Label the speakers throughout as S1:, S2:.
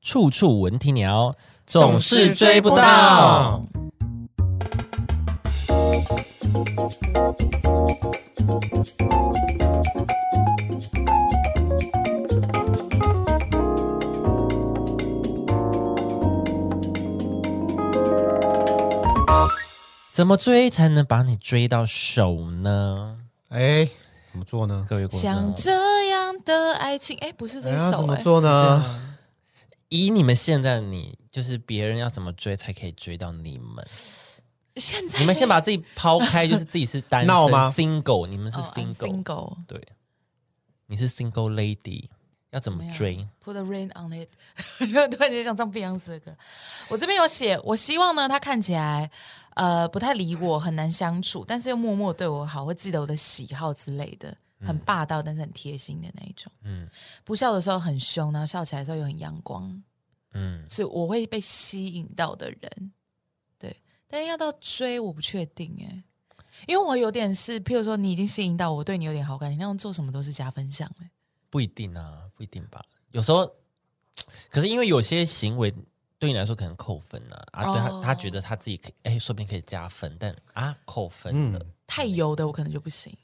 S1: 处处闻啼鸟，
S2: 总是追不到。
S1: 怎么追才能把你追到手呢？
S2: 哎，怎么做呢？
S1: 各位观
S3: 像
S1: 众，
S3: 这样的爱情，哎，不是这
S2: 哎
S3: 一
S2: 呀，怎
S3: 首
S2: 么
S3: 哎，
S2: 做呢？
S1: 以你们现在的你，就是别人要怎么追才可以追到你们？
S3: 现在
S1: 你们先把自己抛开，就是自己是单身
S2: 闹吗
S1: single，你们是
S3: 哦 I'm
S1: single，、
S3: single
S1: 对，你是 single lady，要怎么
S3: 没有
S1: 追？
S3: put the rain on it，我 就突然间想唱 Beyonce 的歌。我这边有写，我希望呢，他看起来呃不太理我，很难相处，但是又默默对我好，会记得我的喜好之类的，很霸道，但是很贴心的那一种。
S1: 嗯
S3: 不笑的时候很凶，然后笑起来的时候又很阳光，
S1: 嗯，
S3: 是我会被吸引到的人。对，但是要到追，我不确定哎、因为我有点是，譬如说你已经吸引到我，我对你有点好感，你那样做什么都是加分项哎、
S1: 不一定啊，不一定吧。有时候，可是因为有些行为对你来说可能扣分啊，啊，对他、
S3: 哦
S1: 他觉得他自己可以，哎、说不定可以加分，但啊扣分
S2: 嗯
S1: 了，
S3: 太油的我可能就不行。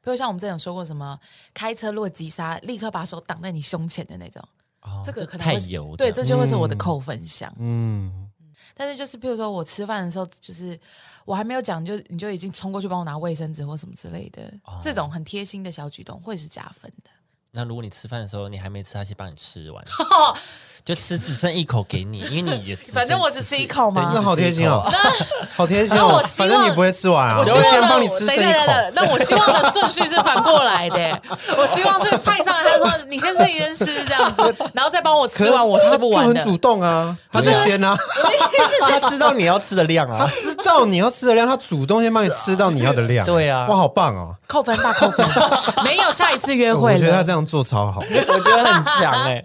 S3: 比如像我们之前有说过什么，开车如果急刹，立刻把手挡在你胸前的那种，
S1: 哦，
S3: 这个可能
S1: 太
S3: 会是
S1: 油，
S3: 对，这就会是我的扣分项。
S2: 嗯，
S3: 但是就是譬如说我吃饭的时候，就是我还没有讲，就你就已经冲过去帮我拿卫生纸或什么之类的，这种很贴心的小举动会是加分的。
S1: 那如果你吃饭的时候你还没吃，他先帮你吃 完，就吃只剩一口给你，因为你也只剩
S3: 反正我只吃一口嘛
S1: 对
S2: 那好贴心哦，好贴心
S3: 那
S2: 哦
S3: 我。希
S2: 反
S3: 望
S2: 正你不会吃完啊，
S3: 我
S2: 我
S3: 希望
S2: 先
S3: 的
S2: 帮你吃剩
S3: 等等
S2: 一
S3: 等等
S2: 口。
S3: 那我希望的顺序是反过来 的，我希望是菜上来他说你先吃你先吃这样子，然后再帮我
S2: 可
S3: 吃
S2: 是
S3: 完我吃不完
S2: 他
S3: 的
S2: 就很。主动啊，他是先啊，
S1: 他知道你要吃的量
S2: 他
S1: 啊，
S2: 知道你要吃的量，他主动先帮你吃到你要的量。
S1: 对啊
S2: 哇，好棒哦！
S3: 扣分大扣分，没有下一次约
S2: 我
S3: 会
S2: 觉得他
S3: 了。
S2: 这样做超 好，
S1: 我觉得很强哎、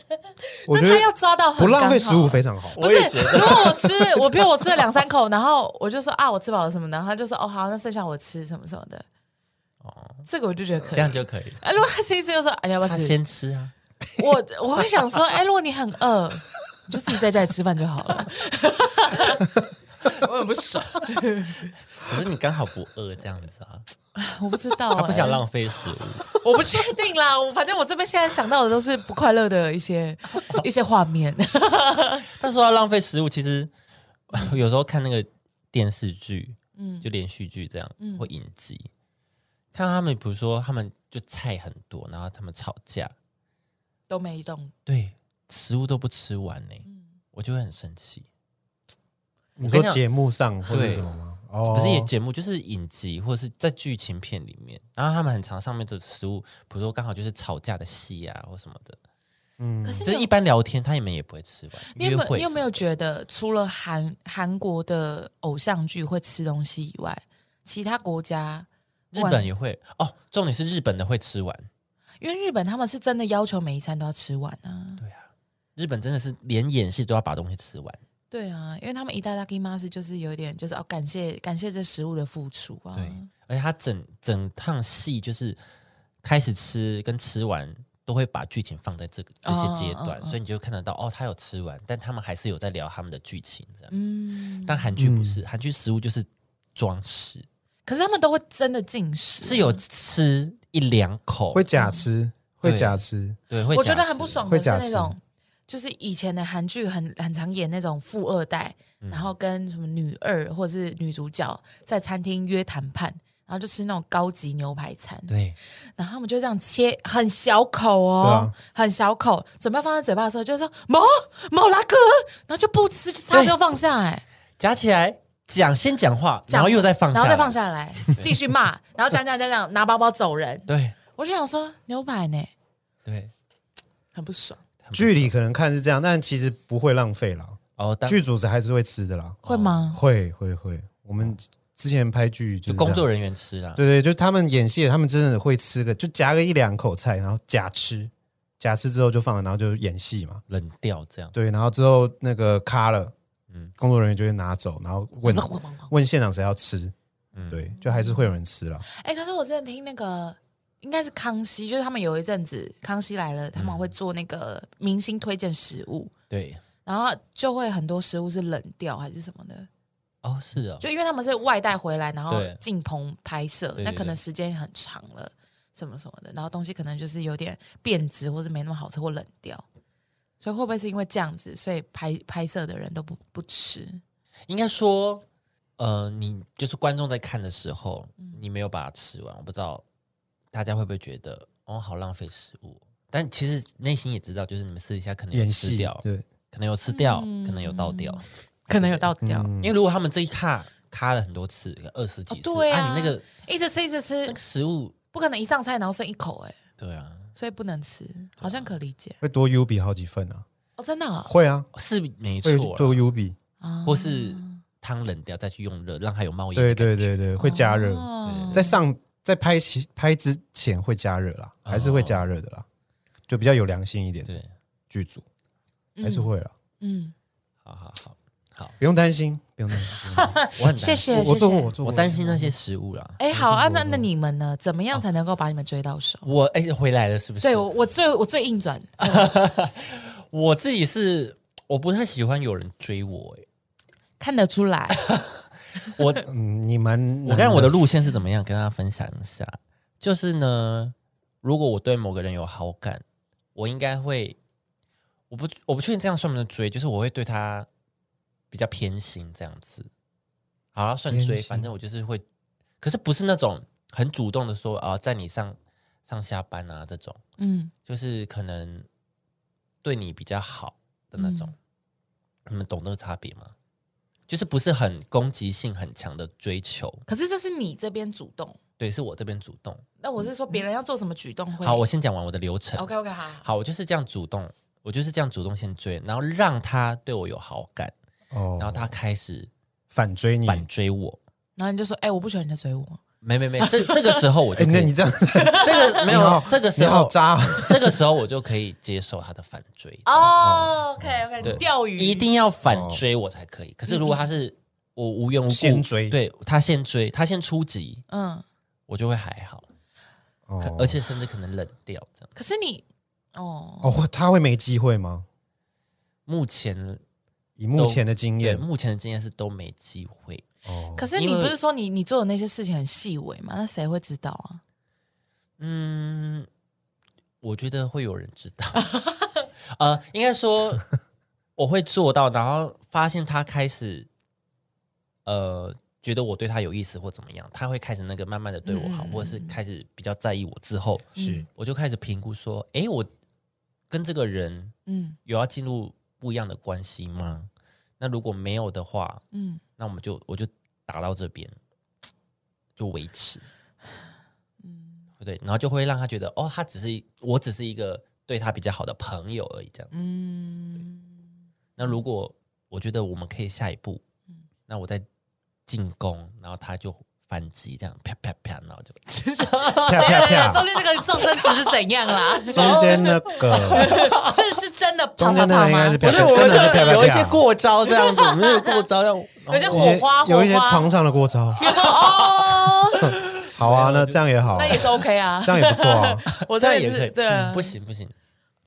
S2: 我觉
S3: 那
S2: 得
S3: 他要抓到很
S2: 不浪费
S3: 刚
S2: 食
S3: 好
S2: 物非常好。
S3: 不
S1: 我
S3: 是
S1: 也觉，得
S3: 如果我吃，我比如我吃了两三口，然后我就说啊，我吃饱了什么的，然后他就说哦好，那剩下我吃什么什么的。哦，这个我就觉得可
S1: 这
S3: 以。
S1: 样就可以了。
S3: 哎，如果他吃一次就说哎要不要
S1: 他
S3: 吃？
S1: 先吃啊，
S3: 我我会想说，哎，如果你很饿，你就自己在家里吃饭就好 了。我很不爽，
S1: 可是你刚好不饿这样子啊，
S3: 我不知道、
S1: 他不想
S3: 哎
S1: 浪费食物，
S3: 我不确定啦。我反正我这边现在想到的都是不快乐的一些一些画面。
S1: 但说到浪费食物，其实 有时候看那个电视剧，嗯，就连续剧这样，
S3: 嗯
S1: 或影集，看到他们，比如说他们就菜很多，然后他们吵架，
S3: 都没动，
S1: 对，食物都不吃完呢、
S3: 嗯
S1: 我就会很生气。
S2: 你
S1: 我跟
S2: 说
S1: 你讲
S2: 节目上或者
S1: 对
S2: 什么吗？哦
S1: 不是也节目，就是影集或者是在剧情片里面，然后他们很常上面的食物，比如说刚好就是吵架的戏啊或什么的，
S2: 嗯
S3: 可是
S1: 就是
S3: 有
S1: 一般聊天，他们也不会吃完。
S3: 你有
S1: 约
S3: 没有
S1: 会
S3: 你有没
S1: 什
S3: 有
S1: 么
S3: 觉得，除了韩韩国的偶像剧会吃东西以外，其他国家
S1: 日本，也会哦？重点是日本的会吃完，
S3: 因为日本他们是真的要求每一餐都要吃完啊。
S1: 对啊，日本真的是连演戏都要把东西吃完，
S3: 对啊，因为他们一大大 k i m a s 就是有点就是哦，感谢感谢这食物的付出啊。
S1: 对，而且他整整趟戏就是开始吃跟吃完。都会把剧情放在这个这些阶段，
S3: 哦哦哦
S1: 所以你就看得到哦，他有吃完，但他们还是有在聊他们的剧情这样。
S3: 嗯，
S1: 但韩剧不是，韩剧食物就是装饰，
S3: 可是他们都会真的进食，啊
S1: 是有吃一两口，
S2: 会假吃，
S1: 对
S2: 会假吃，
S1: 对，会
S3: 我觉
S1: 假
S3: 得
S1: 吃
S3: 很不爽
S2: 会
S3: 的是
S2: 假
S3: 那
S2: 释
S3: 种，就是以前的韩剧很很常演那种富二代，
S1: 嗯
S3: 然后跟什么女二或者是女主角在餐厅约谈判，然后就吃那种高级牛排餐，
S1: 对，
S3: 然后他们就这样切很小口
S2: 对
S3: 哦，
S2: 啊
S3: 很小口，准备要放在嘴巴的时候就说某某拉哥，然后就不吃，就叉
S1: 对
S3: 烧放下来。
S1: 夹起来讲先讲话，然后又再放下，
S3: 然后再放，下来， 继续骂，然后讲讲讲讲，拿包包走人。
S1: 对
S3: 我就想说，牛排呢，
S1: 对。
S3: 很不爽，
S2: 剧里可能看是这样，但其实不会浪费啦。
S1: 哦，当
S2: 剧组是还是会吃的啦，
S3: 会
S1: 哦
S3: 吗？
S2: 会会会。我们之前拍剧就
S1: 就是工作
S2: 人，
S1: 人员吃啦，
S2: 对对，就他们演戏，他们真的会吃个，就夹个一两口菜，然后假吃，假吃之后就放了，然后就演戏嘛。
S1: 冷掉这样，
S2: 对，然后之后那个卡了，
S1: 嗯
S2: 嗯，工作人员就会拿走，然后 问问现场谁要吃，
S1: 嗯
S2: 对，就还是会有人吃了。
S3: 哎、可是我之前听那个应该是康
S1: 嗯
S3: 熙，就是他们有一阵子《康熙来了》，他们会做那个明星推荐食物，
S1: 对，
S3: 然后就会很多食物是冷掉还是什么的，
S1: 哦，是哦，
S3: 就因为他们是外带回来，然后
S1: 对
S3: 进棚拍摄，
S1: 对
S3: 那
S1: 对
S3: 可能
S1: 对
S3: 时间很长了，什么什么的，然后东西可能就是有点变质，或者没那么好吃，或冷掉。所以会不会是因为这样子，所以拍拍摄的人都不不吃？
S1: 应该说，呃，你就是观众在看的时候，
S3: 嗯
S1: 你没有把它吃完，我不知道大家会不会觉得哦，好浪费食物。哦但其实内心也知道，就是你们私底下可能有嗯
S2: 演
S1: 吃
S2: 戏
S1: 掉，
S2: 对，
S1: 可能有吃掉，
S3: 嗯
S1: 可能有倒掉。
S3: 可能有倒掉，
S2: 嗯
S1: 因为如果他们这一卡卡了很多次，二十几次，
S3: 哦对啊
S1: 你那个
S3: 一直吃一直吃
S1: 那个，食物，
S3: 不可能一上菜然后剩一口哎、
S1: 对啊，
S3: 所以不能吃，好像可理解
S2: 会多 U 比好几份啊，
S3: 哦，真的啊、
S2: 会啊，
S1: 是没
S2: 会
S1: 错啦，
S2: 多 U 比，
S3: 啊
S1: 或是汤冷掉再去用热，让它有冒烟的
S2: 对
S1: 感觉。啊
S2: 对对对，会加热，
S3: 哦
S1: 嗯
S2: 在上在拍起拍之前会加热啦，还是会加热的啦，就比较有良心一点的
S1: 哦对，
S2: 剧组，还是会啦，
S3: 嗯，
S1: 好好好好，
S2: 不用担心，不用担心，
S1: 我很
S3: 谢
S1: 担
S3: 谢
S1: 心，
S2: 我我做过，我做
S1: 我
S2: 过，
S1: 担心那些食物啦。
S3: 哎、好啊，那那你们呢？怎么样才能够把你们追到手？
S1: 我哎、回来哦了是不是？
S3: 对我我最我最硬转，
S1: 我自己是我不太喜欢有人追我、哎，
S3: 看得出来，
S1: 我
S2: 嗯，你们，
S1: 我看我的路线是怎么样，跟大家分享一下。就是呢，如果我对某个人有好感，我应该会，我不我不确定这样算不算追，就是我会对他比较偏心这样子。好啦，算
S2: 偏
S1: 追，
S2: 心
S1: 反正我就是会，可是不是那种很主动的说啊，在你上上下班啊这种，
S3: 嗯，
S1: 就是可能对你比较好的那
S3: 嗯
S1: 种。你们懂那个差别吗？就是不是很攻击性很强的追求，
S3: 可是这是你这边主动，
S1: 对，是我这边主动。
S3: 那我是说别人要做什么举动会
S1: 嗯好，我先讲完我的流程。
S3: OK OK 好好，
S1: 好，我就是这样主动，我就是这样主动先追，然后让他对我有好感，
S2: 哦，
S1: 然后他开始
S2: 反追你，
S1: 反追我。
S3: 然后你就说，哎、我不喜欢你在追我，
S1: 没没没，这这个时候我
S2: 哎
S1: 就，可
S2: 那
S1: 以
S2: 你这样，
S1: 这个没
S2: 你好
S1: 有，这个时
S2: 你好
S1: 候
S2: 渣哦，
S1: 这个时候我就可以接受他的反追，
S3: 哦，OK OK，
S1: 对
S3: 钓
S2: 嗯
S3: 鱼
S1: 一定要反追我才可以。可是如果他是我无缘无故
S2: 先追
S1: 对他先追，他先出击，
S3: 嗯，
S1: 我就会还好， 可
S2: 哦
S1: 而且甚至可能冷掉这样。
S3: 可是你哦，
S2: 哦，会他会没机会吗？
S1: 目前
S2: 以目前的经
S1: 哦对嗯
S2: 验，
S1: 目前的经验是都没机会。
S2: 哦，
S3: 可是你
S1: 因为
S3: 不是说你你做的那些事情很细微吗？那谁会知道啊？
S1: 嗯，我觉得会有人知 道。呃，应该说我会做到，然后发现他开始，呃，觉得我对他有意思或怎么样，他会开始那个慢慢的对我好，
S3: 嗯嗯嗯
S1: 或者是开始比较在意我之后，
S2: 是
S1: 我就开始评估说，诶，我跟这个人
S3: 嗯
S1: 有要进入不一样的关系吗？那如果没有的话，
S3: 嗯
S1: 那我们就我就打到这边，就维持，嗯，对，然后就会让他觉得哦，他只是一我只是一个对他比较好的朋友而已，这样。
S3: 嗯，
S1: 那如果我觉得我们可以下一步，那我再进攻，然后他就反击，这样啪啪啪，然后就嗯
S2: 啪
S3: 对
S2: 啪
S3: 对 对，
S2: 啪
S3: 中，间那个纵身词是怎样啦？
S2: 中间那个，
S3: 是是真的啪
S2: 中
S3: 啪
S2: 间那个应
S3: 啪
S2: 该是
S3: 吗？
S2: 啪啪，真的是啪啪啪，
S1: 有一些过招这 样子，我们有过招要，
S3: 有些
S2: 有一些
S3: 火花，
S2: 有一些
S3: 火花
S2: 床上的过招，
S3: 哦，
S2: 好啊，那这样也好啊
S3: 那，也是 OK 啊
S2: 这，样也不错啊，
S3: 我
S1: 这
S3: 真
S1: 样也可
S3: 的是
S1: 以，嗯
S3: 对啊，
S1: 不行不行，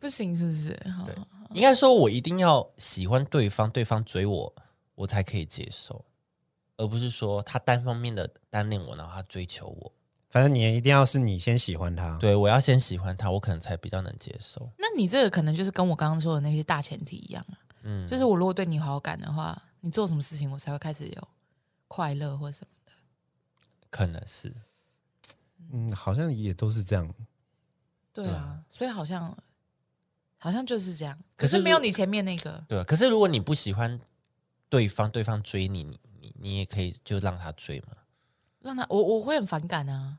S3: 不行，是不是？好
S1: 应该说，我一定要喜欢对方，对方追我，我才可以接受，而不是说他单方面的单恋我，然后他追求我。
S2: 反正你一定要是你先喜欢他，
S1: 对我要先喜欢他，我可能才比较能接受。
S3: 那你这个可能就是跟我刚刚说的那些大前提一样啊，
S1: 嗯，
S3: 就是我如果对你有好感的话，你做什么事情我才会开始有快乐或什么。
S1: 可能是
S2: 嗯，好像也都是这样，
S3: 对啊，所以好像好像就是这样，
S1: 可
S3: 可
S1: 是
S3: 是没有
S1: 如
S3: 你前面那个
S1: 对啊。可是如果你不喜欢对方，对方追你，你你你也可以就让他追嘛。
S3: 让他，我我会很反感啊。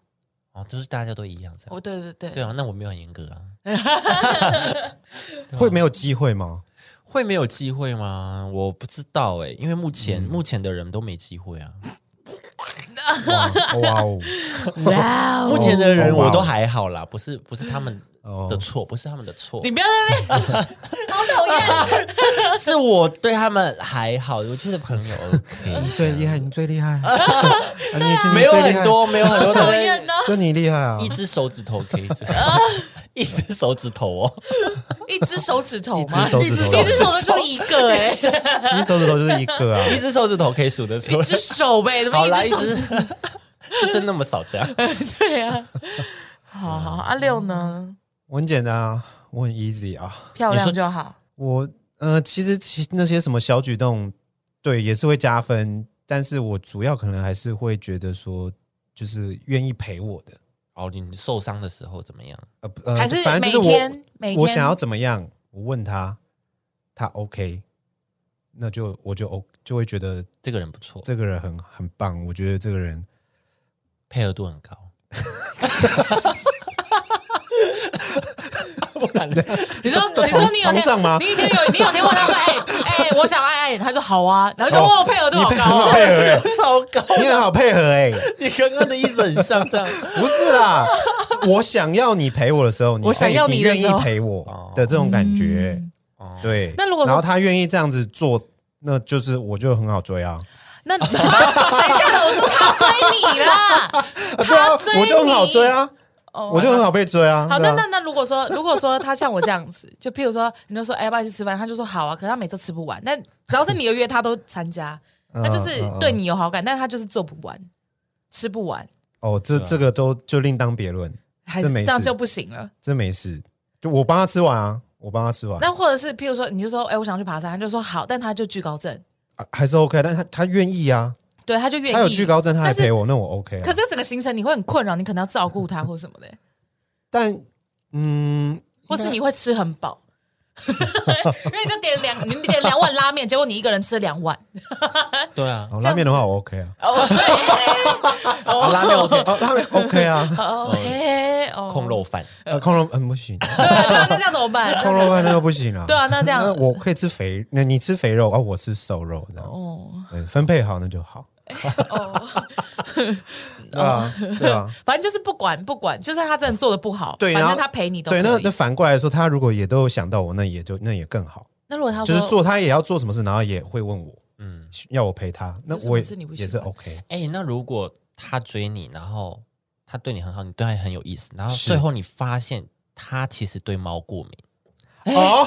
S1: 哦，就是大家都一样这样。
S3: 我对对对，
S1: 对啊，那我没有很严格啊。
S2: 会没有机会吗？
S1: 会没有机会吗？我不知道哎、因为目前、
S3: 嗯
S1: 目前的人都没机会啊。
S2: 哇哇 哦，
S3: 哇哦
S1: 目前的人
S2: 哦哇哦
S1: 我都还好啦，不是不是他们
S2: 哦
S1: 的错，不是他们的错
S3: 你，不要在那边， 好讨厌。
S1: 是我对他们还好，我觉得朋 友 OK，
S2: 你最厉害，你 最厉害，啊你你
S1: 没有
S2: 最厉害哦
S1: 很，多，没有很多，
S3: 讨
S1: 对
S3: 厌呢。
S2: 就你厉害啊
S1: 一！只手指头可以追，一只手指头哦，
S3: 一只手指头
S2: 一
S3: 吗？
S2: 只手指头，
S3: 一只手头就是一个哎、
S2: 一只手指头就是一个 啊。
S1: 一只手指头可以数得出
S3: 一
S1: 来。
S3: 只手呗，怎
S1: 好
S3: 么
S1: 啦，
S3: 一
S1: 一
S3: 只手
S1: 只
S3: 指？
S1: 就真那么少这样？
S3: 对啊，好好阿六呢？
S2: 我很简单啊，我很 easy 啊。
S3: 漂
S1: 你
S3: 亮
S1: 说
S3: 就好。
S2: 我呃，其实其那些什么小举动，对，也是会加分，但是我主要可能还是会觉得说，就是愿意陪我的，
S1: 哦，你受伤的时候怎么样？
S2: 呃不呃，
S3: 还是
S2: 反正就
S3: 每
S2: 是我
S3: 天每天
S2: 我想要怎么样，我问他，他 OK，那就我就 O 就会觉得
S1: 这个人不错，
S2: 这个人很很棒，我觉得这个人
S1: 配合度很 高。不然呢
S3: 你说
S2: 都
S3: 你说
S2: 床
S3: 你有
S2: 床上吗
S3: 天，你以前有你有天问他说，哎哎，我想爱爱你，他说好啊，然后就
S2: 哦
S3: 问我配合度
S2: 你配很好
S3: 好高啊
S2: 配合哎、
S1: 超高，
S2: 你很好配合哎、
S1: 你刚刚的意思很像这样。
S2: 不是啦，我想要你陪我的时候，你
S3: 我想要你
S2: 你
S3: 的
S2: 愿
S3: 时
S2: 意
S3: 候
S2: 陪我的这种感觉，
S3: 嗯
S1: 哦，
S2: 对。
S3: 那如果说
S2: 然后他愿意这样子做，那就是我就很好追啊，
S3: 那 等一下，我说他追你啦，
S2: 啊对啊
S3: 他追，你
S2: 我就很好追啊，
S3: 哦
S2: 我就很好被追啊。
S3: 好，
S2: 对
S3: 那
S2: 啊
S3: 那那如果说 如果说他像我这样子，就譬如说你就说哎要不要去吃饭，他就说好啊，可是他每次都吃不完，但只要是你的约他都参加，他就是
S2: 嗯嗯嗯
S3: 对你有好感，但他就是做不完，吃不完，
S2: 哦，这这个都就另当别论，
S3: 还
S2: 这
S3: 是
S2: 没
S3: 这
S2: 事
S3: 样就不行了。
S2: 这没事，就我帮他吃完啊，我帮他吃完，
S3: 那或者是譬如说你就说哎我想去爬山，他就说好，但他就惧高症，
S2: 啊还是 OK，但他他愿意啊，
S3: 对，他就愿意。
S2: 他有惧高症，他还
S3: 但是
S2: 陪我，那我 OK 啊。
S3: 可是整个行程你会很困扰，你可能要照顾他或什 么的，
S2: 但嗯，
S3: 或是你会吃很饱， 因为你就点两，你点两碗拉面，结果你一个人吃了两碗。
S1: 对啊，
S2: 哦拉面的话我 OK 啊，
S3: 哦，
S1: 啊 拉面 OK，
S2: 哦拉面 OK 啊，
S3: 哦嘿，哦，
S1: 控肉饭
S2: 呃空肉嗯不行，
S3: 对啊，对啊，那这样怎么办？
S2: 空肉饭那个不行啊。
S3: 对啊，那这样
S2: 那，我可以吃肥，那你吃肥肉啊，我吃瘦肉，这样
S3: 哦
S2: 对分配好那就好，
S3: 哦，
S2: 对啊，对啊，
S3: 反正就是不管不管，就算他真的做的不好，
S2: 对
S3: 反
S2: 然
S3: 正
S2: 后
S3: 他 陪你都
S2: 对。那
S3: 可以
S2: 那反过来说，他如果也都有想到我，那也就那也更好，
S3: 那如果他
S2: 就是
S3: 说
S2: 做他也要做什么事，然后也会问我，
S1: 嗯，
S2: 要我陪他，那
S3: 有什么
S2: 我也
S3: 事你不喜
S2: 也是
S3: 欢
S2: OK，
S1: 哎、那如果他追你，然后他对你很好，你对他也很有意思，然后
S2: 是
S1: 最后你发现他其实对猫过敏，
S3: 哎
S2: 哦，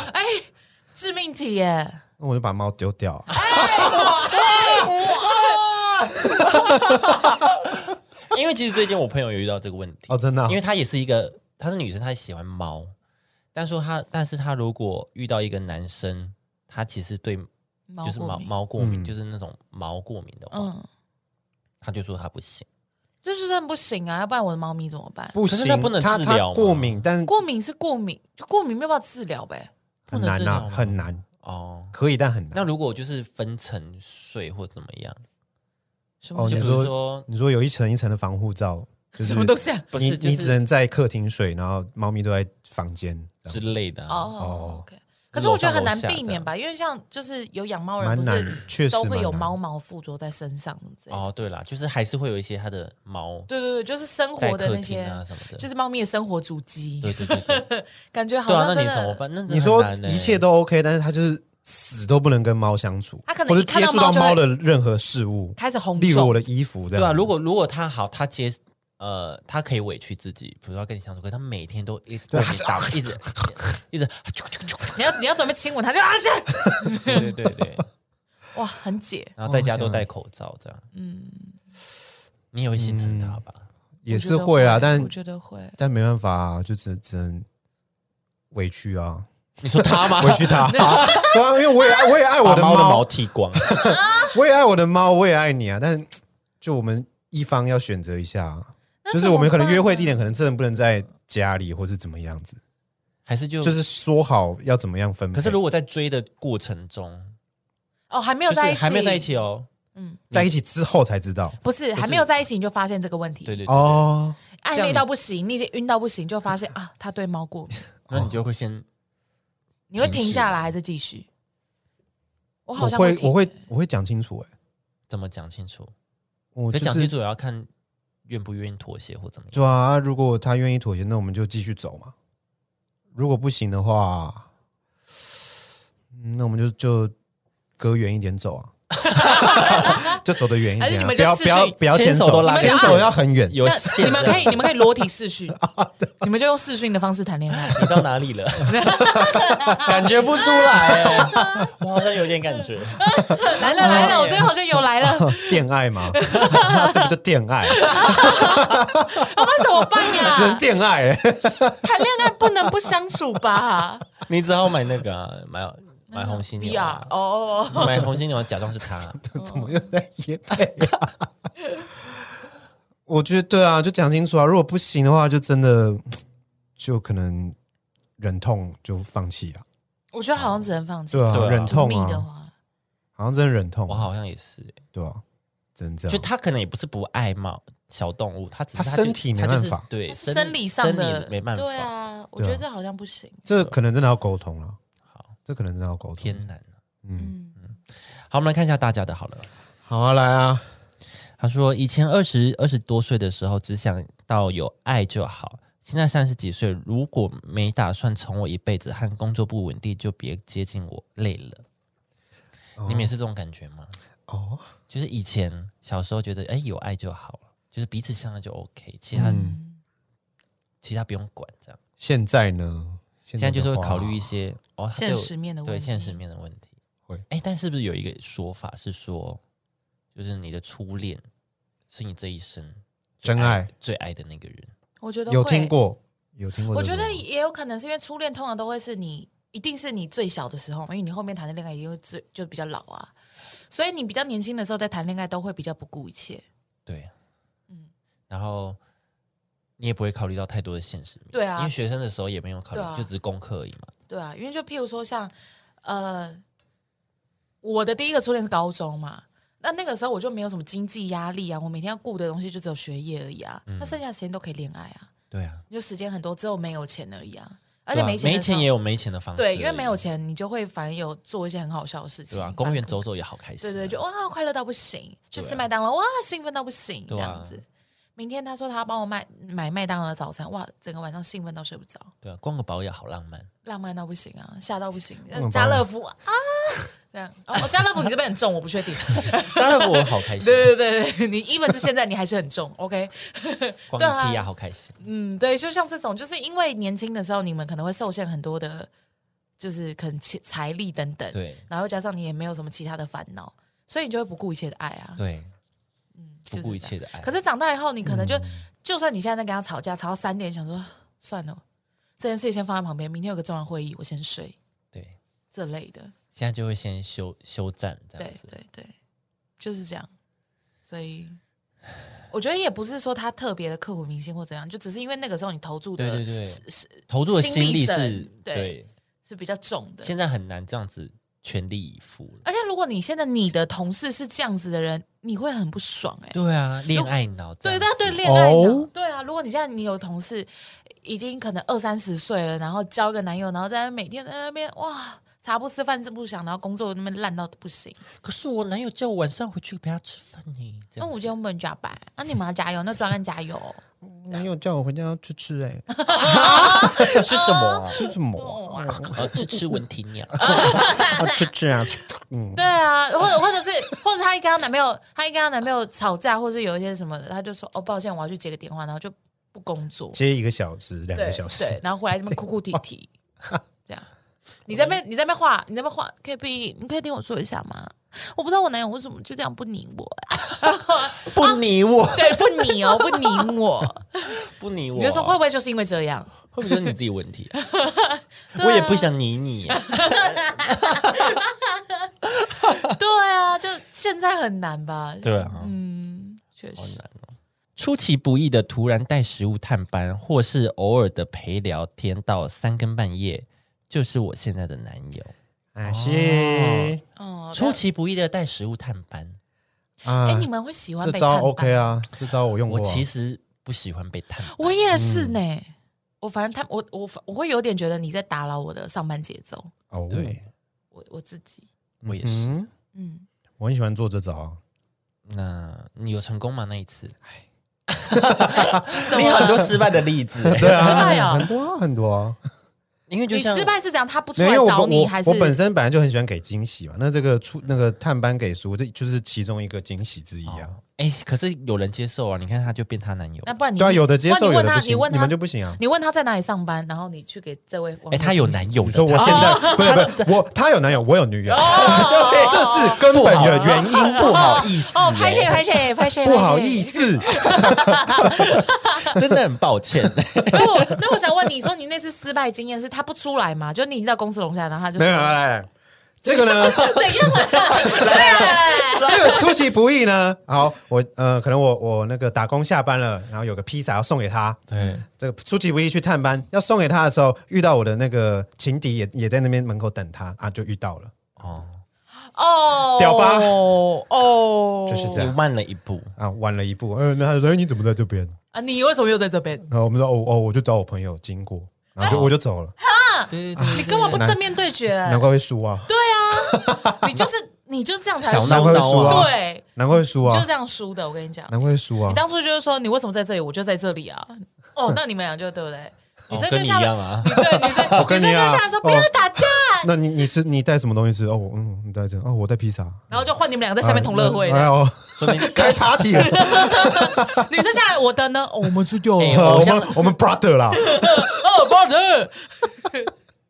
S3: 致命体耶，
S2: 那我就把猫丢掉啊，
S1: 因为其实最近我朋友有遇到这个问题，
S2: 哦，真的啊
S1: 因，为她也是一个，她是女生，她喜欢猫，但说她，但是她如果遇到一个男生，他其实对
S3: 猫
S1: 就是
S3: 过
S1: 毛
S3: 敏，
S1: 猫过敏，
S2: 嗯
S1: 就是那种毛过敏的话，
S3: 嗯，
S1: 他就说他不行，
S3: 这就是真的不行啊，要不然我的猫咪怎么办？
S2: 不
S1: 可是
S2: 行
S1: 那不，能
S2: 他
S1: 治
S2: 他
S1: 疗吗
S2: 过敏，但
S3: 过敏是过敏，就过敏没有办法治疗呗。
S1: 不
S2: 很
S1: 能
S2: 难
S1: 治疗
S2: 啊，
S1: 吗
S2: 很难，
S1: 哦。
S2: 可以但很难
S1: 那。如果就是分层睡或怎么样，
S3: 什
S2: 哦
S3: 么
S1: 就
S2: 你
S1: 比
S2: 是
S3: 就
S1: 如
S2: 说
S1: 说
S2: 你说有一层一层的防护罩，就是
S3: 什么东西啊？
S1: 不
S2: 你
S1: 是，就
S2: 你只
S1: 是
S2: 能在客厅睡，然后猫咪都在房间，这
S1: 之
S2: 样
S1: 类的啊，
S3: 哦
S2: 哦
S3: ，OK。可是我觉得很难避免
S1: 楼上楼下
S3: 吧，因为像就是有养猫人
S2: 蛮
S3: 不
S2: 难
S3: 是，
S2: 确实
S3: 都会
S2: 蛮
S3: 有
S2: 难
S3: 猫毛附着在身上什么之类的。
S1: 哦，对啦，就是还是会有一些它的毛
S3: 对对对，就是生
S1: 在
S3: 活的
S1: 客
S3: 那
S1: 厅
S3: 些，
S1: 啊什么的，
S3: 就是猫咪的生活足迹，
S1: 对对对 对，
S3: 感觉好
S1: 对啊，
S3: 像
S1: 那
S3: 真
S1: 你
S3: 的。
S1: 怎么办？那真的
S2: 你说
S1: 很难欸
S2: 一切都 OK，但是它就是死都不能跟猫相处，
S3: 它可能
S2: 或者
S3: 一看
S2: 接
S3: 到
S2: 触到
S3: 猫就会
S2: 猫的任何事物，
S3: 开始红
S2: 例如
S3: 肿
S2: 我的衣服这
S1: 对啊，
S2: 样。
S1: 如果如果他好，他接呃，他可以委屈自己，比如说跟你相处，可是他每天都一对
S2: 啊他
S1: 你 打，一直一直，
S3: 你要你要准备亲吻它，就啊去，
S1: 对对对 对，
S3: 哇，很解。
S1: 然后在家都戴口罩这样，嗯，你也会心
S2: 嗯
S1: 疼他吧？
S2: 也是会啊，
S3: 我觉得
S2: 但
S3: 我觉得会。
S2: 但没办法啊，就只只能委屈啊，
S1: 你说他 吗？
S2: 委屈它。对啊，因为我 也爱我也爱我
S1: 把
S2: 的
S1: 猫的毛
S2: 猫，
S1: 剃 光，
S2: 我也爱我的猫，我也爱你啊，但就我们一方要选择一下啊，
S3: 那
S2: 就是我们可能
S3: 怎么办
S2: 约会地点可能真的不能在家里，或是怎么样子。
S1: 还是就？
S2: 就是是说好要怎么样分配。
S1: 嗯可是如果在追的过程中，
S3: 哦，还没有
S1: 就是
S3: 在一起，
S1: 还没有在一，起哦，
S2: 在一起之后才知道
S3: 不是还没有在一起，你就发现这个问题，
S1: 对对对，
S2: 哦，
S3: 暧
S1: 这样
S3: 昧
S1: 你
S3: 到不行，你已经晕到不行，就发现啊，他对猫过敏，
S1: 那你就会先
S3: 你会
S1: 停
S3: 停
S1: 止
S3: 下来还是继续？
S2: 我
S3: 我好像
S2: 会
S3: 停
S2: 我会我会讲清楚哎、
S1: 怎么讲清楚？
S2: 我
S1: 可
S2: 就
S1: 讲清
S2: 是
S1: 楚也要看愿不愿意妥协或怎么样。
S2: 对啊，如果他愿意妥协，那我们就继续走嘛。如果不行的话， 嗯那我们就就隔远一点走啊。就走得远一
S3: 还是
S2: 点、
S3: 你
S2: 啊，
S3: 们
S2: 不
S3: 就
S2: 要不
S3: 试
S2: 要
S3: 训
S2: 不要
S1: 牵
S2: 牵
S1: 手
S2: 手
S1: 都拉
S3: 你们
S2: 牵
S3: 就
S2: 手要很远。
S1: 有
S3: 那
S1: 线
S3: 你们
S1: 的
S3: 可以，你们可以裸体试训，你们就用试训的方式谈恋爱。
S1: 你到哪 里了？感觉不出来、欸，我好像有点感觉。
S3: 来了来了，我这边好像有来了，
S2: 恋爱 嘛，这不就恋爱？
S3: 我们怎么办
S2: 只能
S3: 呀？
S2: 恋爱、欸。
S3: 谈恋爱不能不相处吧
S1: 你只好买那个、啊、买买红犀牛、
S3: ？VR
S1: 啊，
S3: 哦，
S1: 买红犀牛假装是他。
S2: 怎么又在野配、啊？我觉得对啊，就讲清楚啊。如果不行的话，就真的就可能忍痛就放弃啊。
S3: 我觉得好像只能放弃
S2: 对。啊，
S1: 对啊
S2: 忍
S3: 不
S2: 痛
S3: 密的
S2: 啊，
S3: 话，
S2: 好像真的忍痛啊
S1: 我，好像也是、欸
S2: 对啊，真这
S1: 就
S2: 样。
S1: 他可能也不是不爱猫小动物，他只是
S2: 他
S1: 就
S2: 身体没
S1: 他就是
S2: 办法
S1: 对
S3: 生
S1: 生
S3: 理上
S1: 生
S3: 的
S1: 理没办法，
S3: 对啊，我觉得这好像不行。
S2: 这可能真的要沟通了。
S1: 好，
S2: 这可能真的要沟通。
S1: 偏难啊。
S2: 嗯，
S3: 嗯，
S1: 好，我们来看一下大家的好了。
S2: 好啊，来啊，
S1: 他说：“以前二十二十多岁的时候，只想到有爱就好。现在三十几岁，如果没打算宠我一辈子，和工作不稳定，就别接近我，累了。你们也是这种感觉吗？
S2: 哦，
S1: 就是以前小时候觉得，哎、有爱就好了，就是彼此相爱就 OK，其
S3: 嗯
S1: 他、其他不用管。这样，
S2: 现在呢？
S1: 现
S2: 现
S1: 在就是
S2: 的
S1: 会
S2: 话
S1: 考虑一些哦，他对
S3: 现
S1: 我
S3: 实面的问
S1: 对
S3: 题，
S1: 现实面的问题。
S2: 会
S1: 哎、但是不是有一个说法是说，就是你的初恋是你这一生最
S2: 真爱，
S1: 最爱的那个人？
S3: 我
S1: 哎
S3: 觉得
S2: 有
S3: 会
S2: 听。过，有听过
S3: 我
S2: 这
S3: 觉
S2: 种吗。
S3: 得也有可能是因为初恋通常都会是你，一定是你最小的时候嘛，因为你后面谈的恋爱因为最就比较老啊，所以你比较年轻的时候在谈恋爱都会比较不顾一切。
S1: 对，嗯，然后你也不会考虑到太多的现实面，
S3: 对啊
S1: 因为学生的时候也没有考虑，
S3: 对啊
S1: 就只是功课而已嘛。
S3: 对啊，因为就譬如说像，呃，我的第一个初恋是高中嘛，那那个时候我就没有什么经济压力啊，我每天要顾的东西就只有学业而已啊，
S1: 嗯
S3: 那剩下的时间都可以恋爱啊，
S1: 对啊，
S3: 就时间很多，只有没有钱而已啊，而
S1: 对
S3: 且
S1: 啊
S3: 没
S1: 没
S3: 钱、
S1: 钱也。有没钱的方式而已，
S3: 对，因为没有钱，你就会反而有做一些很好笑的事情。
S1: 对啊，
S3: 你
S1: 公
S3: 反
S1: 园
S3: 而
S1: 走走也好开心
S3: 对
S1: 啊，
S3: 对，就哇快乐到不行，去
S1: 对
S3: 吃
S1: 啊
S3: 麦当劳哇兴奋到不行这
S1: 对啊
S3: 样子。明天他说他要帮我买买麦当劳的早餐，哇，整个晚上兴奋到睡不着，
S1: 对啊，逛个保养好浪漫，
S3: 浪漫到不行啊，吓到不行
S2: 那。种
S3: 家乐福啊， 这样哦，哦家乐福你这边很重，我不 确定。
S1: 当然我好开心，啊
S3: 对对对对，你 even 是现在你还是很重，OK？
S1: 逛
S3: 对啊
S1: IKEA 好开心，
S3: 嗯，对，就像这种，就是因为年轻的时候你们可能会受限很多的，就是可能钱财力等等，
S1: 对
S3: 然后加上你也没有什么其他的烦恼，所以你就会不顾一切的爱啊，
S1: 对，
S3: 就
S1: 不
S3: 是
S1: 顾一
S3: 这样
S1: 切的爱。嗯
S3: 可是长大以后，你可能就、就算你现在在跟他吵架，吵到三点，想说算了，这件事情先放在旁边，明天有个重要会议，我先睡
S1: 对，
S3: 这类的。
S1: 现在就会先休休战这
S3: 对
S1: 样子，
S3: 对对，就是这样。所以我觉得也不是说他特别的刻骨铭心或怎样，就只是因为那个时候你投注的
S1: 对对对
S3: 是是
S1: 投入的
S3: 心力
S1: 心力是
S3: 神，对是比较重的。
S1: 现在很难这样子全力以赴了。
S3: 而且如果你现在你的同事是这样子的人，你会很不爽哎、
S1: 对啊，恋爱脑这
S3: 对，
S1: 样
S3: 那
S1: 子，
S3: 对恋爱脑，
S2: 哦
S3: 对啊。如果你现在你有同事已经可能二三十岁了，然后交一个男友，然后在每天在那边哇茶不思饭是不想，然后工作那边烂到不行。
S1: 可是我男友叫我晚上回去陪他吃饭呢，这
S3: 那
S1: 样
S3: 我今天不能加班，啊那、你们要加油，那专案加油。哦
S2: 男友叫我回家要去吃、欸，哎，
S1: 吃什么啊？
S2: 吃什么啊？
S1: 呃，吃吃文婷 鸟，
S3: 啊
S2: 要吃吃啊？嗯，
S3: 对啊，或者或者是， 或者她一跟她男朋友，她一跟她男朋友吵架，或是有一些什么的，她就说哦，抱歉，我要去接个电话，然后就不工作，
S2: 接一个小时，两个
S3: 对
S2: 小时，
S3: 对，然后回来这边哭哭啼啼，这样。你在那边你在那边画，你在那边画，K B，你可以听我说一下吗？我不知道我男友为什么就这样不理我、
S1: 不理我，
S3: 对，不理哦，不理我，
S1: 不理我，
S3: 你就说会不会就是因为这样？
S1: 会不会是你自己 问题啊？
S3: 对啊
S1: 我也不想理你 啊，
S3: 对啊，就现在很难吧？嗯
S1: 对啊，
S3: 确
S1: 好
S3: 实，
S1: 难哦。出其不意的突然带食物探班，或是偶尔的陪聊天到三更半夜，就是我现在的男友。哦
S2: 哎是
S3: 哦，
S1: 出其不意的带食物探班，
S2: 啊
S3: 哎，你们会喜欢
S2: 这
S3: 被
S2: 招
S3: 看吧
S2: OK 啊，这招我用过
S1: 我
S2: 啊。
S1: 其实不喜欢被探班，
S3: 我也是呢、
S2: 嗯
S3: 我反正他我我我会有点觉得你在打扰我的上班节奏，
S2: 哦，
S1: 对
S3: 我我自己，
S1: 我也是。
S2: 嗯，
S3: 嗯，
S2: 我很喜欢做这招啊。
S1: 那你有成功吗？那一次，
S3: 怎
S1: 你
S3: 么
S1: 有很多
S3: 了
S1: 失败的例子、欸
S2: 对
S3: 失败哦
S2: 啊，很多啊很多啊，
S1: 因为就
S3: 你
S1: 像
S3: 失败是怎样？他不出
S2: 没有
S3: 来
S2: 因为
S3: 找
S2: 我
S3: 你，
S2: 我
S3: 还是
S2: 我本身本来就很喜欢给惊喜嘛，那这个出那个探班给书，这就是其中一个惊喜之一啊。
S3: 哦
S1: 哎、可是有人接受啊，你看他就变她男友，
S3: 那不然你
S2: 对啊，有的接
S3: 不
S2: 受，
S3: 然你
S2: 有
S3: 问
S2: 的
S3: 他，
S2: 不
S3: 你
S2: 行
S3: 问，
S2: 你
S3: 他
S2: 们就不行啊。
S3: 你问他在哪里上班，然后你去给这位网
S1: 哎、
S3: 友
S1: 她有
S3: 惊喜
S1: 男友
S2: 你
S1: 的，
S2: 说我
S1: 她
S2: 现
S3: 哦
S2: 在不是 不是我，他有男友，我有女友，这是根本的原因，不好意思，
S3: 哦，拍谁拍谁拍谁，
S2: 不好
S3: 拍谁
S2: 意。思，
S1: 真的很抱歉。
S3: 那我那我想问你说，你那次失败经验是他不出来吗？就你在公司楼下，然后他就
S2: 没有
S3: 说
S2: 来来，这个 呢，
S3: 怎样啊 了？对，
S2: 这个出其不意呢。好，我呃，可能我我那个打工下班了，然后有个披萨要送给他，
S1: 对，
S2: 这个出其不意去探班，要送给他的时候，遇到我的那个情敌也也在那边门口等他啊，就遇到了，
S1: 哦，
S3: 哦，
S2: 屌吧
S3: 哦，
S2: 就是这
S1: 你
S2: 样
S1: 慢了一步，
S2: 啊，晚了一步，呃，那他就说，哎，你怎么在这边？
S3: 啊！你为什么又在这边？
S2: 然后我们说，哦哦，我就找我朋友经过，然后就、
S3: 哦
S1: 哎
S2: 我就走了，
S1: 对对对
S3: 你根本不正面对决，
S2: 难怪会输啊，
S3: 嗯对啊，你就是你就是这样才
S1: 小
S3: 输
S2: 难
S1: 闹
S2: 怪会
S1: 闹
S2: 输
S1: 啊
S2: 啊，
S3: 对，
S2: 难怪会输
S3: 你就是
S2: 啊
S3: 这，样输的。我跟你讲，
S2: 难怪会输啊
S3: 你，当初就是说你为什么在这里，我就在这里啊。哦，那你们俩就对不对？女
S1: 哦跟
S3: 生就
S1: 你一
S3: 下来，
S1: 样啊。
S3: 女对女生，
S2: 我跟
S3: 女
S2: 你一
S3: 生就
S2: 样哦
S3: 下来说不要打架，
S2: 那你你吃你带什么东西吃？哦，我嗯，你带这个哦，我带披萨，
S3: 然后就换你们俩在下面同乐会
S2: 啊。哎呦，
S1: 说明
S2: 开 party 了，
S3: 女生下来，我的呢？哦我们去掉了。
S1: 哎
S2: 我
S1: 好像
S2: 们我们 brother 啦，
S3: 哦，不好的。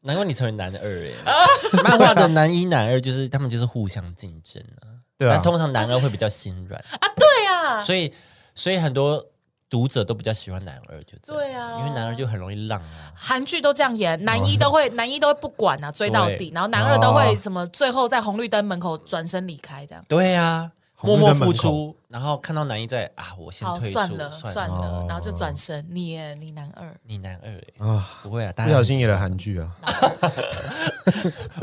S1: 难怪你成为男二哎、漫画的男一男二就是他们就是互相竞争啊，
S2: 对
S1: 但
S2: 啊，
S1: 通常男二会比较心软，
S3: 啊，对啊，
S1: 所以所以很多读者都比较喜欢男二，就这样
S3: 对啊
S1: 因为男二就很容易浪啊，
S3: 韩剧都这样演，男一都会
S2: 哦
S3: 男一都会不管啊，追到底
S1: 对，
S3: 然后男二都会什么，最后在红绿灯门口转身离开这样。
S1: 对啊，默
S2: 红绿
S1: 默
S2: 灯门
S1: 付
S2: 口
S1: 出，然后看到男一在啊，我先
S3: 好，
S1: 退出，
S3: 算了算
S1: 了，
S3: 了
S2: 哦，
S3: 然后就转身。你耶你男二，
S1: 你男二哎、
S2: 啊，
S1: 不会啊，大
S2: 不
S1: 家
S2: 小心演了韩剧啊，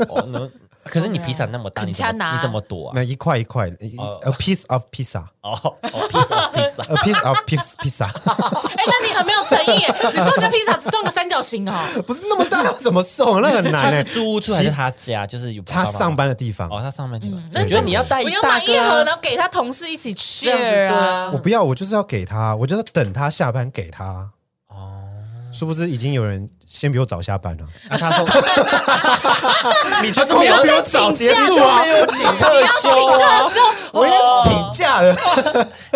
S1: 哦，那 可是你披萨那么大，
S3: 对啊
S1: 你怎
S3: 很呛啊
S1: 么你怎么躲啊？
S2: 那一块一块一
S1: 哦
S2: ，a piece of pizza，a
S1: 哦哦，披 萨披萨，
S2: piece of piz- pizza，
S3: 哎，那你很没有诚意耶，你送个披萨只送个三角形哦，
S2: 不是那么大，怎么送？那很
S1: 他
S2: 难
S1: 是
S2: 呢。
S1: 租屋处还是他家？就是有
S2: 他上
S1: 班
S2: 班的地方，
S1: 哦，他上班地方，
S3: 嗯那
S1: 我觉得你要带一
S3: 我要
S1: 大
S3: 买一
S1: 个
S3: 盒，
S1: 啊
S3: 然后给他同事一起
S1: 这样子
S3: share
S1: 对
S3: 啊。
S1: 啊
S2: 我，不要，我就是要给他，我就是要等他下班给他。
S1: 哦，
S2: 是不是已经有人先比我早下班了？啊
S1: 那他 说你就是没
S2: 没
S1: 有
S2: 有
S1: 请
S2: 有早结
S1: 假，
S2: 束
S1: 就
S2: 啊
S1: 没！有请特休啊，
S3: 那时候
S2: 我要请
S3: 哦
S2: 假了，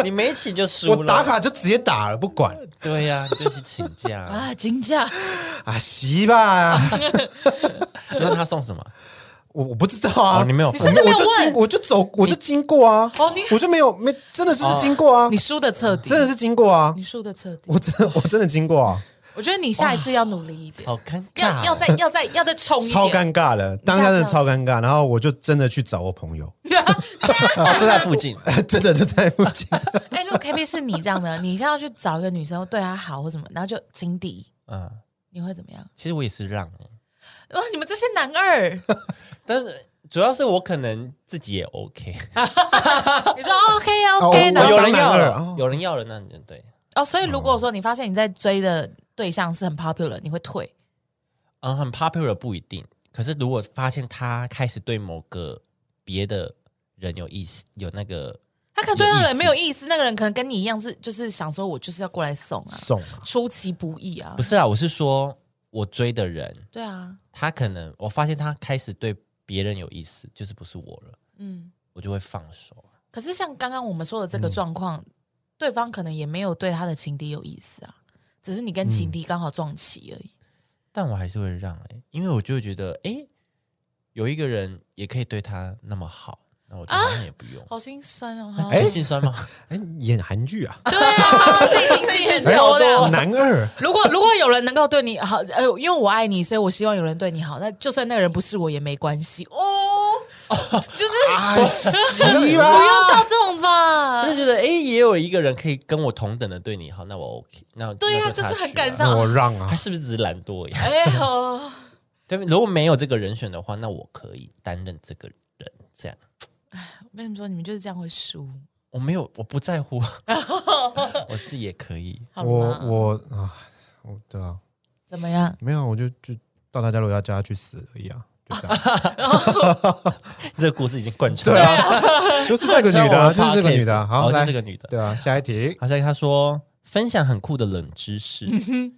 S1: 你没请就输了。
S2: 我打卡就直接打了，不管
S1: 对呀，你就去请 假。
S3: 啊，金价
S2: 啊，洗吧，
S1: 那他送什么？
S2: 我我不知道啊
S1: 哦，你没有
S3: 你
S2: 我
S3: 甚至没
S2: 我
S3: 有
S2: 就
S3: 问
S2: 经，我就走，我就经过啊，
S3: 哦你哦
S2: 我就没有没真的就是经过啊
S3: 你，输的彻底
S2: 真，的是经过啊
S3: 你，输的彻底。
S2: 我真的我真的经过啊，
S3: 我觉得你下一次要努力一点，
S1: 好尴
S3: 要
S1: 尬，啊
S3: 要再要再要再冲一点。
S2: 超尴尬的，当下真的超尴尬，然后我就真的去找我朋友，
S1: 哦，是在附近。
S2: 真的就在附近，
S3: 哎、如果 K B 是你这样的，你现在要去找一个女生对她好或什么，然后就情敌，
S1: 嗯，
S3: 你会怎么样？
S1: 其实我也是让欸，
S3: 哇，你们这些男二，
S1: 但是主要是我可能自己也 OK。
S3: 你说 OK
S2: 哦
S3: OK，、
S2: 我
S3: 然后
S1: 有
S2: 当
S1: 人要
S2: 男二
S1: 了
S2: 哦，
S1: 有人要了，那你就对。
S3: 哦，所以如果说你发现你在追的对象是很 popular，你会退。
S1: 嗯，很 popular 不一定，可是如果发现他开始对某个别的人有意思，有那个
S3: 他可能对那个人没有意思，那个人可能跟你一样是，就是想说我就是要过来送啊，
S2: 送啊，
S3: 出其不意啊
S1: 不。是啊，我是说我追的人，
S3: 对啊，
S1: 他可能我发现他开始对别人有意思，就是不是我了，
S3: 嗯。
S1: 我就会放手啊。
S3: 可是像刚刚我们说的这个状况，对方可能也没有对他的情敌有意思啊，只是你跟情敌刚好撞齐而已。
S1: 但我还是会让哎、因为我就会觉得哎、诶有一个人也可以对他那么好，那我就好像也不用。
S3: 好心酸哦！哈
S2: 哎
S1: 很心酸吗？
S2: 哎，演韩剧啊，
S3: 对啊，内心戏 很漂亮。
S2: 男 二，
S3: 如果如果有人能够对你好，呃，因为我爱你，所以我希望有人对你好。那就算那个人不是我也没关系 哦，就是
S2: 啊，洗
S3: 不
S2: 吧，
S3: 用到这种 吧
S1: 我。就觉得哎、诶也有一个人可以跟我同等的对你好，那我 OK 那。那
S3: 对呀、
S1: 就
S3: 就
S1: 下
S3: 是
S1: 去
S3: 很
S1: 啊
S3: 感伤
S2: 那。我让啊
S1: 他，是不是只是懒惰呀？
S3: 哎呦，
S1: 对，如果没有这个人选的话，那我可以担任这个人，这样
S3: 我跟你们说，你们就是这样会输，
S1: 我没有，我不在 乎，我自己也可以。
S3: 好
S2: 我
S3: 吗？
S2: 我啊，我对啊，
S3: 怎么样？
S2: 没有，我就就到大家楼下叫他去死而已 啊，就这样。
S1: 这个故事已经贯穿
S2: 对
S1: 了，
S2: 啊，就是这个女的啊，就是这个女的啊。
S1: 好，
S2: 好，
S1: 哦就
S2: 来
S1: 是这，个女的。
S2: 对啊，下一题，
S3: 嗯
S1: 好像他说分享很酷的冷知识，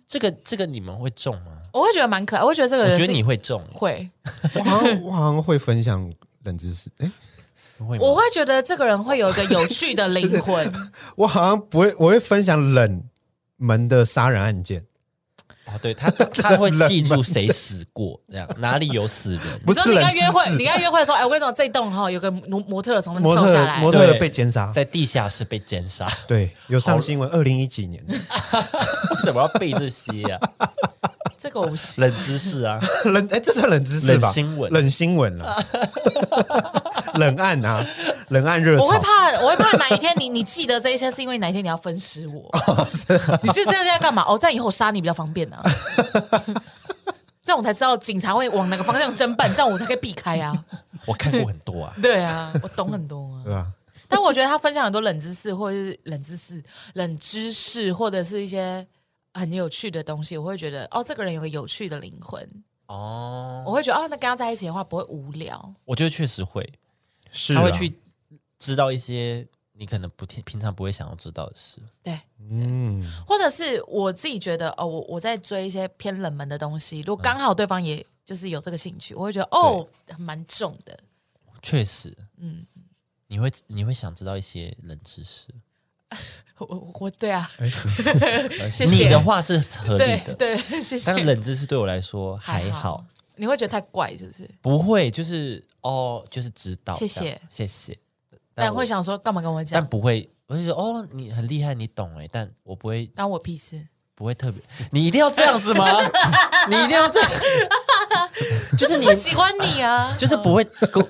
S1: 这个这个你们会中吗？
S3: 我会觉得蛮可爱，我会觉得这个
S1: 我
S3: 人
S1: 觉
S3: 是
S1: 得你会中，
S3: 会，
S2: 我好像我好像会分享冷知识，哎、
S1: 不会吗？
S3: 我会觉得这个人会有一个有趣的灵魂。
S2: 我好像不会，我会分享冷门的杀人案件，
S1: 哦，对他，他他 会记住谁死过，这样哪里有死人，
S2: 不
S3: 你
S2: 是
S3: 说你
S2: 冷
S3: 跟他
S2: 知
S3: 约会，
S2: 识，
S3: 你跟他约会的时候，哎，我跟你说这栋哈有个模模特儿从那边
S2: 模
S3: 跳下
S2: 特
S3: 来，
S2: 模特
S1: 对
S2: 被奸杀，
S1: 在地下室被奸杀，
S2: 对，有上新闻，二零一几年
S1: 为什么要背这些 啊？
S3: 这个我不行。
S1: 冷知识啊，
S2: 冷，哎、这算冷知识吧？
S1: 冷新闻
S2: 冷新闻了， 冷案啊，冷案热
S3: 我会
S2: 潮，
S3: 怕，我会怕哪一天你 你记得这一些，是因为哪一天你要分尸我。你是现在在干嘛？哦，这样以后我杀你比较方便啊。 这样我才知道警察会往哪个方向侦办，这样我才可以避开啊。
S1: 我看过很多啊，
S3: 对啊，我懂很多啊。
S2: 对吧？
S3: 但我觉得他分享很多冷知识，或者是冷知识、冷知识，或者是一些很有趣的东西，我会觉得哦，这个人有个有趣的灵魂，
S1: 哦，
S3: 我会觉得哦，那跟他在一起的话不会无聊。
S1: 我觉得确实会，
S2: 是
S3: 啊
S1: 他会
S2: 啦
S1: 去知道一些你可能不听平常不会想要知道的事，
S3: 对，
S2: 嗯，
S3: 或者是我自己觉得哦，我我在追一些偏冷门的东西，如果刚好对方也就是有这个兴趣，我会觉得哦，蛮重的。
S1: 确实，
S3: 嗯
S1: 嗯，你会你会想知道一些冷知识，
S3: 我我我对啊，谢谢
S1: 你的话是合理
S3: 对
S1: 的，
S3: 对， 谢谢
S1: 但。冷知识对我来说还好，，
S3: 你会觉得太怪是不是？
S1: 不会，就是哦，就是知道，
S3: 谢谢
S1: 这样谢谢，
S3: 但会
S1: 我
S3: 想说干嘛跟我
S1: 但
S3: 讲？
S1: 不会，我就说哦，你很厉害，你懂哎，但我不会
S3: 关我屁事。
S1: 不会特别，你一定要这样子 吗？你一定要这样，
S3: 就是
S1: 你。
S3: 不喜欢你 啊
S1: 就是不会勾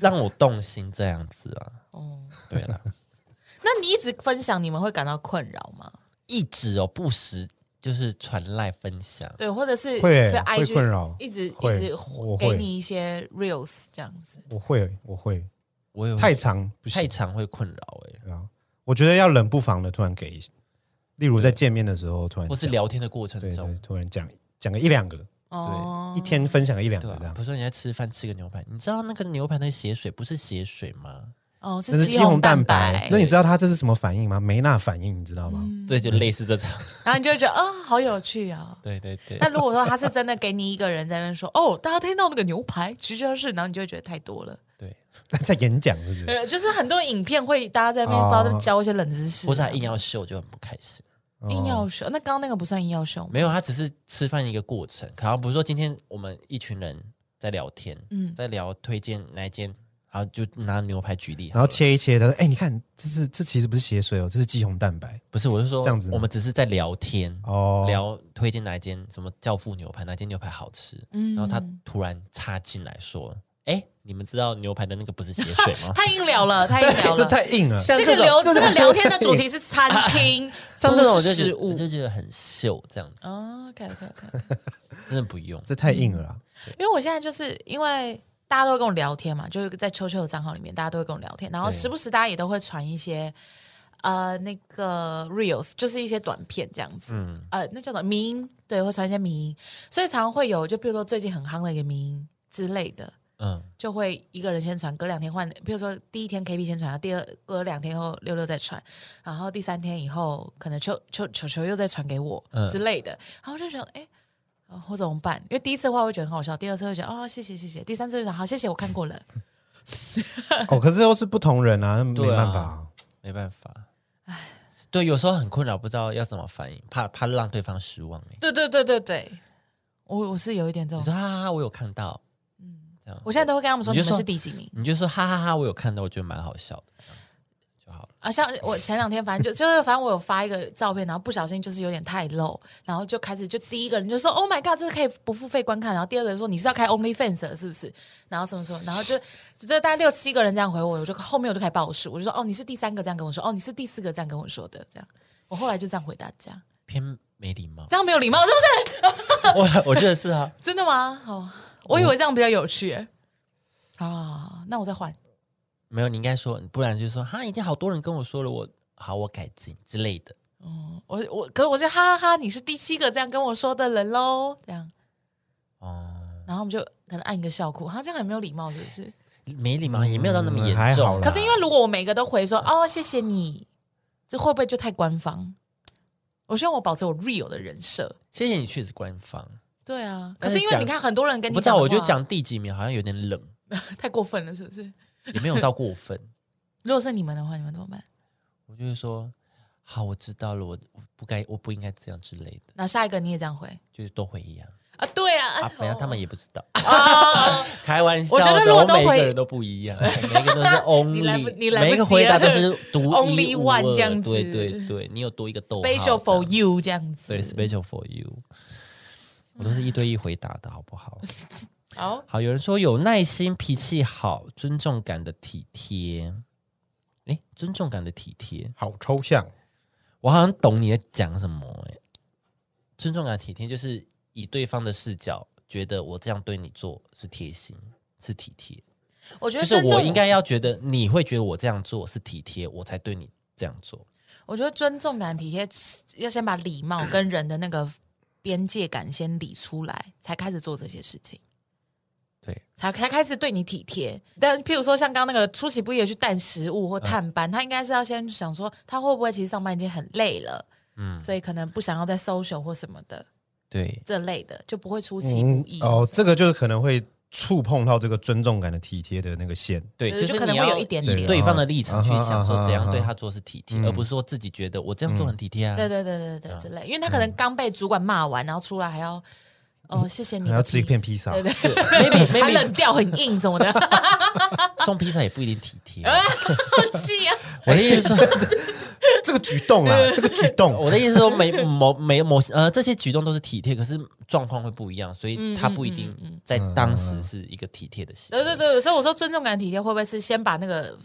S1: 让我动心这样子啊，
S3: 哦，
S1: 对了，
S3: 那你一直分享，你们会感到困扰吗？
S1: 一直哦不时就是传赖分享，
S3: 对，或者是
S2: 会欸
S3: IG
S2: 会困扰
S3: 一直一
S2: 会
S3: 直
S2: 我
S3: 给
S2: 会
S3: 你一些 reels 这样子。
S2: 我会，我会，
S1: 我有
S2: 太长不
S1: 嗯
S2: 行
S1: 太长会困扰哎，
S2: 对啊，我觉得要冷不防的突然给一些，例如在见面的时候突然
S1: 或是
S2: 讲
S1: 聊天的过程
S2: 对
S1: 中
S2: 对，，突然讲讲个一两个，
S3: 哦，
S2: 一天分享个一两
S1: 对
S2: 个这
S1: 啊，
S2: 样
S1: 比，如说你在吃饭吃个牛排，你知道那个牛排的血水不是血水吗？
S3: 哦
S2: 那
S3: 是
S2: 是
S3: 肌
S2: 肌
S3: 红
S2: 红
S3: 蛋
S2: 蛋
S3: 白
S2: 白。，那你知道他这是什么反应吗？梅纳反应，你知道吗？
S1: 对，就类似这种。
S3: 然后你就会觉得啊、好有趣啊。
S1: 对对对
S3: 那，如果说他是真的给你一个人在那边说，哦，大家听到那个牛排，其实就是，然后你就会觉得太多了。
S1: 对，
S2: 在演讲是不是？
S3: 呃，就是很多影片会大家在那边
S2: 哦
S3: 不知道在那边教一些冷知识啊，
S1: 或者他硬要秀就很不开心。
S3: 硬
S2: 哦
S3: 要秀。那刚刚那个不算硬要秀吗？
S1: 没有，他只是吃饭一个过程。好像比如说今天我们一群人在聊天，
S3: 嗯
S1: 嗯，在聊推荐哪一间，然后就拿牛排举例。
S2: 然后切一切，他说：“哎、你看，这是这其实不是血水哦，这是肌红蛋白
S1: 不是，我是说
S2: 这样子呢
S1: 我们只是在聊天，
S2: 哦。”
S1: 聊推荐哪一间什么教父牛排，哪间牛排好吃。
S3: 嗯
S1: 然后他突然插进来说：“哎，你们知道牛排的那个不是血水吗？”
S3: 太硬聊了，太硬聊
S2: 对，哎这
S3: 了。
S2: 太硬了。
S1: 像
S3: 啊 这个
S1: 种
S3: 聊这个聊天的主题是餐 厅，
S1: 像这种
S3: 不
S1: 我
S3: 是
S1: 就觉
S3: 食
S1: 得我
S3: 物。哦
S1: 就觉得很秀，这样子
S3: OK OK OK，
S1: 真的不用。
S2: 这太硬了啦，
S3: 因为我现在就是因为大家都会跟我聊天嘛，就是在秋秋的账号里面，大家都会跟我聊天，然后
S1: 对
S3: 时不时大家也都会传一些呃那个 reels，就是一些短片这样子，呃，那叫做迷音，对，会传一些迷音，所以常常会有，就比如说最近很夯的一个迷音之类的。
S1: 嗯，
S3: 就会一个人先传，隔两天换，比如说第一天 KB 先传，第二隔两天后六六再传，然后第三天以后可能球球球球又再传给我、
S1: 嗯
S3: 之类的，然后我就觉得哎。呃我怎么办？因为第一次的话，我会觉得很好笑；第二次会觉得哦，谢谢谢谢；第三次就想好，谢谢我看过了。
S2: 哦，可是又是不同人啊，没
S1: 对啊
S2: 办法、啊，
S1: 没办法。对，有时候很困扰，不知道要怎么反应，怕怕让对方失望哎。
S3: 对对对对对，我我是有一点这
S1: 你
S3: 种
S1: 说，哈哈哈，我有看到，嗯，这样。
S3: 我现在都会跟他们说
S1: 你
S3: 你
S1: 就
S3: 们
S1: 说
S3: 是第几名
S1: 你就说哈哈哈我有看到，我觉得蛮好笑的，这样子就好了。
S3: 啊？像我前两天反正就就是反正我有发一个照片，然后不小心就是有点太露，然后就开始就第一个人就说 Oh my god，这个可以不付费观看，然后第二个人说你是要开 OnlyFans 的是不是？然后什么什么，然后就就大概六七个人这样回我，我就后面我就开始报数，我就说哦你是第三个这样跟我说，哦你是第四个这样跟我说的，这样我后来就这样回答这样。
S1: 偏没礼 貌，
S3: 这样没有礼貌，是不是？
S1: 我我觉得是啊。
S3: 真的吗？哦，我以为这样比较有趣耶。啊，那我再换。
S1: 没有，你应该说，不然就是说哈，已经好多人跟我说了，我好，我改进之类的。
S3: 我我，可是我就哈哈哈，你是第七个这样跟我说的人喽，这样，
S1: 哦，
S3: 然后我们就可能按一个笑哭，他这样很没有礼貌，是不是？
S1: 没礼貌也没有到那么
S2: 嗯
S1: 严
S2: 还好
S1: 重
S2: 啦
S1: 啦。
S3: 可是因为如果我每个都回说哦谢谢你，这会不会就太官方？我希望我保持我 real 的人设，
S1: 谢谢你确实官方，
S3: 对啊，可
S1: 但是
S3: 是因为
S1: 讲
S3: 你看很多人跟
S1: 我
S3: 你
S1: 不知道，
S3: 的
S1: 我就
S3: 话
S1: 讲第几名好像有点冷，
S3: 太过分了，是不是？
S1: 也没有到过分。
S3: 如果是你们的话，你们怎么办？
S1: 我就会说，好，我知道了，我我不该，我不应该这样之类的，
S3: 那下一个你也这样回
S1: 就是都会一样
S3: 啊？对 啊，
S1: 啊。反正他们也不知道，
S3: 哦，
S1: 开玩笑
S3: 我
S1: 的，
S3: 觉得如果都
S1: 每一
S3: 回
S1: 个人都不一样，每一个都是 only，
S3: 你来不你来不及了
S1: 每一个回答都是独
S3: Only
S1: 一无
S3: one
S1: 二
S3: 这样子
S1: 对对对，你有多一个逗号
S3: special
S1: 这样
S3: for you 这样子。
S1: 对，special for you。我都是一对一回答的好不 好？
S3: 好，
S1: 好，有人说有耐心、脾气好、尊重感的体贴。诶，尊重感的体贴，
S2: 好抽象，
S1: 我好像懂你在讲什么哎、尊重感体贴就是以对方的视角，觉得我这样对你做是贴心，是体贴，
S3: 我觉
S1: 就
S3: 得
S1: 是
S3: 尊
S1: 我
S3: 重
S1: 应该要觉得你会觉得我这样做是体贴，我才对你这样做。
S3: 我觉得尊重感、体贴，要先把礼貌跟人的那个边界感先理出来，才开始做这些事情，
S1: 对，
S3: 才才开始对你体贴。但譬如说，像刚刚那个出其不意的去带食物
S1: 嗯
S3: 或探班，他应该是要先想说，他会不会其实上班已经很累了，
S1: 嗯，
S3: 所以可能不想要再 social 或什么的
S1: 对，
S3: 这类的，就不会出其
S2: 嗯
S3: 不意。
S2: 哦，这个就是可能会触碰到这个尊重感的体贴的那个线，
S1: 对，
S3: 对
S1: 就
S3: 呃就是可
S1: 你
S3: 能会
S1: 要
S3: 有一点
S1: 以
S3: 点
S1: 对方的立场去
S2: 啊哈
S1: 想，
S2: 啊
S1: 说
S2: 哈
S1: 怎样对
S2: 啊哈
S1: 他做是体贴，而不是说自己觉得我这样做很体贴啊。
S3: 对对对对对对，之类，因为他
S1: 嗯
S3: 可能刚被主管骂完，然后出来还要哦，谢谢你
S2: 还
S3: 的
S2: 要吃一
S3: 提
S2: 片披萨
S3: 对，对
S1: maybe
S3: 还
S1: maybe
S3: 冷啊掉很硬什么的， 好
S1: 送披萨也不一定体贴。啊
S3: 气啊！
S1: 我的意思是说，
S2: 这个举动啊，这个举动，
S1: 我的意思是说，每 某每某呃这些举动都是体贴，可是状况会不一样，所
S3: 嗯
S1: 以他不一定在
S2: 嗯
S1: 当时是一个体贴的行为。
S3: 对对对，所以我说尊重感体贴会不会是先把那个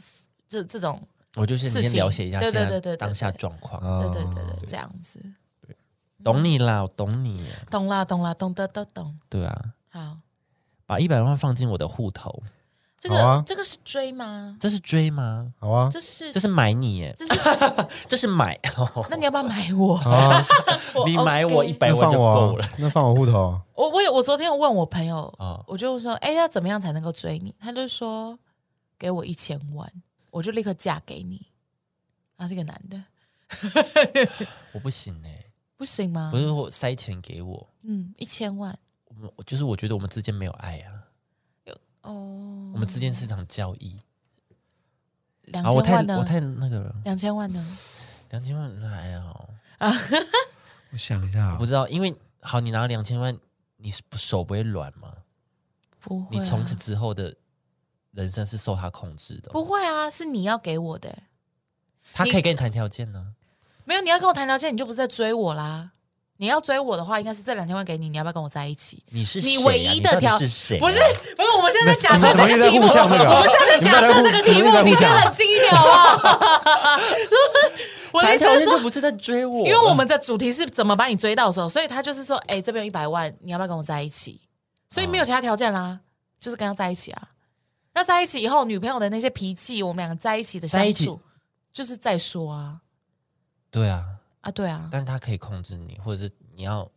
S3: 这这种，
S1: 我就是
S3: 事
S1: 先
S3: 情
S1: 了解一下
S3: 对
S1: 现
S3: 对
S1: 在
S3: 对对对
S1: 当下
S3: 对
S1: 状况，
S3: 对
S2: 啊
S3: 对对
S1: 哦
S3: 对，这样子，
S1: 懂你啦，我懂你，
S3: 懂啦懂啦，懂得都懂。
S1: 对啊，
S3: 好，
S1: 把一百万放进我的户头，
S3: 这个、
S2: 好啊
S3: 这个是追吗？
S1: 这是追吗？
S2: 好啊，
S3: 这是
S1: 这是买你耶，
S3: 这是，
S1: 这是买，
S3: 那你要不要买 我？
S2: 好啊，
S3: 我
S1: 你买我
S3: OK
S1: 一百
S2: 那
S1: 万
S2: 放
S1: 就够
S2: 我
S1: 了
S2: 啊，那放我户头啊，
S3: 我我有我昨天有问我朋友，
S1: 啊。
S3: 我就说，哎、要怎么样才能够追你？他就说，给我一千万，我就立刻嫁给你。他是个男的，
S1: 我不行哎，
S3: 不行吗
S1: 不？是说塞钱给我，
S3: 嗯，一千万
S1: 我们我就是我觉得我们之间没有爱啊，
S3: 哦，
S1: 我们之间是场交易。
S3: 两
S1: 啊，我
S3: 嗯千
S1: 太
S3: 万
S1: 我
S3: 呢？
S1: 太那个了，
S3: 两千万呢？
S1: 两千万还好，
S2: 我想一下
S1: 我
S2: 啊
S1: 不，知道，因为好，你拿两千万，你是不手不会软吗？
S3: 不会、啊，
S1: 你从此之后的人生是受他控制的哦，
S3: 不会啊，是你要给我的、
S1: 他可以跟你谈条件呢、
S3: 没有你要跟我谈条件，你就不是在追我啦。你要追我的话，应该是这两千万给你，你要不要跟我在一起？
S1: 你是
S3: 你
S1: 谁
S3: 唯
S1: 呀
S3: 一
S1: 你
S3: 的
S1: 到底
S3: 条
S1: 是谁、啊
S3: 不是，不是，我们现在在假
S2: 你们
S3: 设
S2: 怎么
S3: 这
S2: 又
S3: 个
S2: 在
S3: 题目，
S2: 互相那个啊
S3: 我们现在在假设这个题
S2: 你们在
S3: 目，
S2: 互
S3: 你先
S2: 你们在互相
S3: 冷静一点好不好？啊 我的
S1: 谈
S3: 意思
S1: 条
S3: 是
S1: 件
S3: 说
S1: 就，不是在追我，啊
S3: 因为我们的主题是怎么把你追到手，所以他就是说，哎、这边有一百万，你要不要跟我在一起？所以没有其他条件啦，就是跟他在一起啊。那在一起以后，女朋友的那些脾气，我们两个在一起的
S1: 在
S3: 相
S1: 一起
S3: 处，就是再说啊
S1: 对啊，
S3: 啊，对啊，
S1: 但他可以控制你，或者是你要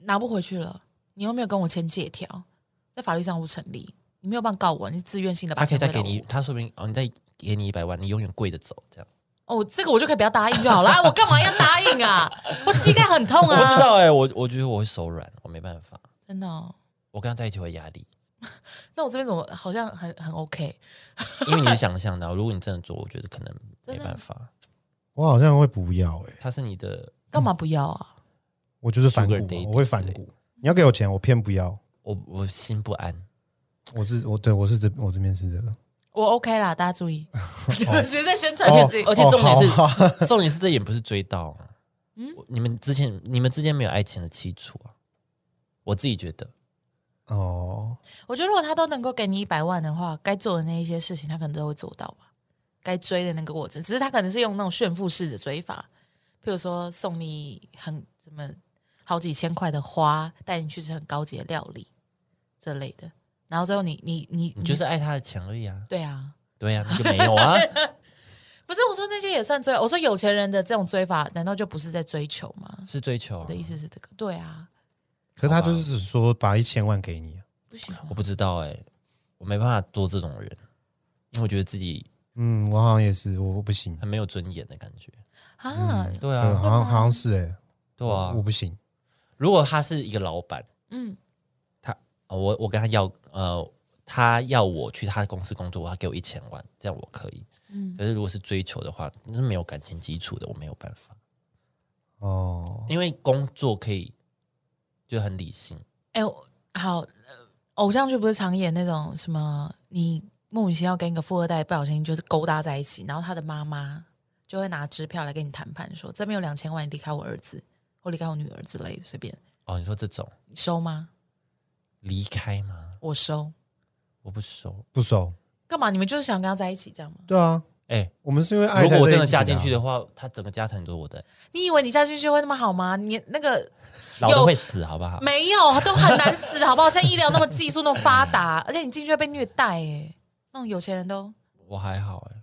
S3: 拿不回去了，你又没有跟我签借条，在法律上不成立，你没有办法告我，你自愿性的把
S1: 他可以
S3: 钱
S1: 再
S3: 回到
S1: 给
S3: 我。
S1: 你，他说不定哦，你再给你一百万，你永远跪着走这样。
S3: 哦，这个我就可以不要答应就好了，啊我干嘛要答 应啊？我膝盖很痛
S1: 我不知
S3: 啊，
S1: 道哎、我我觉得我会手软，我没办法，
S3: 真的哦、
S1: 我跟他在一起会有压力，
S3: 那我这边怎么好像很很 OK？
S1: 因为你是想象的，如果你真的做，我觉得可能
S3: 真
S1: 没
S3: 的
S1: 办法。
S2: 我好像会不要哎，
S1: 他是你的，
S3: 干嘛不要啊？
S2: 我就是反骨
S1: Sugar
S2: 啊
S1: daddy，
S2: 我会反
S1: 之类
S2: 骨。你要给我钱，我偏不要。
S1: 我我心不安。
S2: 我是我对我是这我这边是这个，
S3: 我 OK 啦，大家注意，
S1: 哦
S3: 直接在宣传
S1: 而
S3: 自
S1: 且
S3: 己。
S1: 而且重点
S2: 哦好
S1: 是，重点是这也不是追到啊。
S2: 嗯
S1: 我你们之前你们之间没有爱情的基础啊，我自己觉得
S2: 哦，
S3: 我觉得如果他都能够给你一百万的话，该做的那一些事情，他可能都会做到吧。该追的那个过程，只是他可能是用那种炫富式的追法，譬如说送你很什么好几千块的花，带你去吃很高级的料理这类的，然后最后你你你
S2: 嗯
S1: 你就是爱他的钱而已啊。
S3: 对啊，
S1: 对啊，那就没有啊。
S3: 不是我说那些也算追，我说有钱人的这种追法，难道就不是在追求吗？
S1: 是追求、啊
S3: 我的。意思是这个，对啊，
S2: 可是他就是只说把一千万给你啊，
S3: 不行啊，
S1: 我不知道哎、我没办法做这种人，因为我觉得自己
S2: 嗯，我好像也是，我我不行，
S1: 很没有尊严的感觉。
S3: 啊
S1: 对
S2: 对，
S1: 啊，
S2: 好像好像是哎，
S1: 对啊
S2: 我。不行，
S1: 如果他是一个老板，
S3: 嗯，
S1: 他呃我我跟他要呃，他要我去他的公司工作，他给我一千万，这样我可以。
S3: 嗯
S1: 可是如果是追求的话，那是没有感情基础的，我没有办法，
S2: 哦，
S1: 因为工作可以就很理性，
S3: 哎、我好，呃偶像剧不是常演那种什么，你莫名其妙跟一个富二代不小心就是勾搭在一起，然后他的妈妈就会拿支票来跟你谈判，说这边有两千万，你离开我儿子或离开我女儿之类的，随便
S1: 哦，你说这种
S3: 你收吗？
S1: 离开吗？
S3: 我收，
S1: 我不收。
S2: 不熟，
S3: 干嘛？你们就是想跟他在一起这样吗？
S2: 对啊，
S1: 哎、
S2: 我们是因为爱
S1: 如果我真的嫁
S2: 加
S1: 进去的话，他整个家产都是我的，
S3: 你以为你嫁进去会那么好吗？你那个
S1: 老的会死，好不好？
S3: 没有，都很难死，好不好？现在医疗那么技术那么发达， 而且你进去会被虐待、哎，那种有钱人都。
S1: 我还好哎、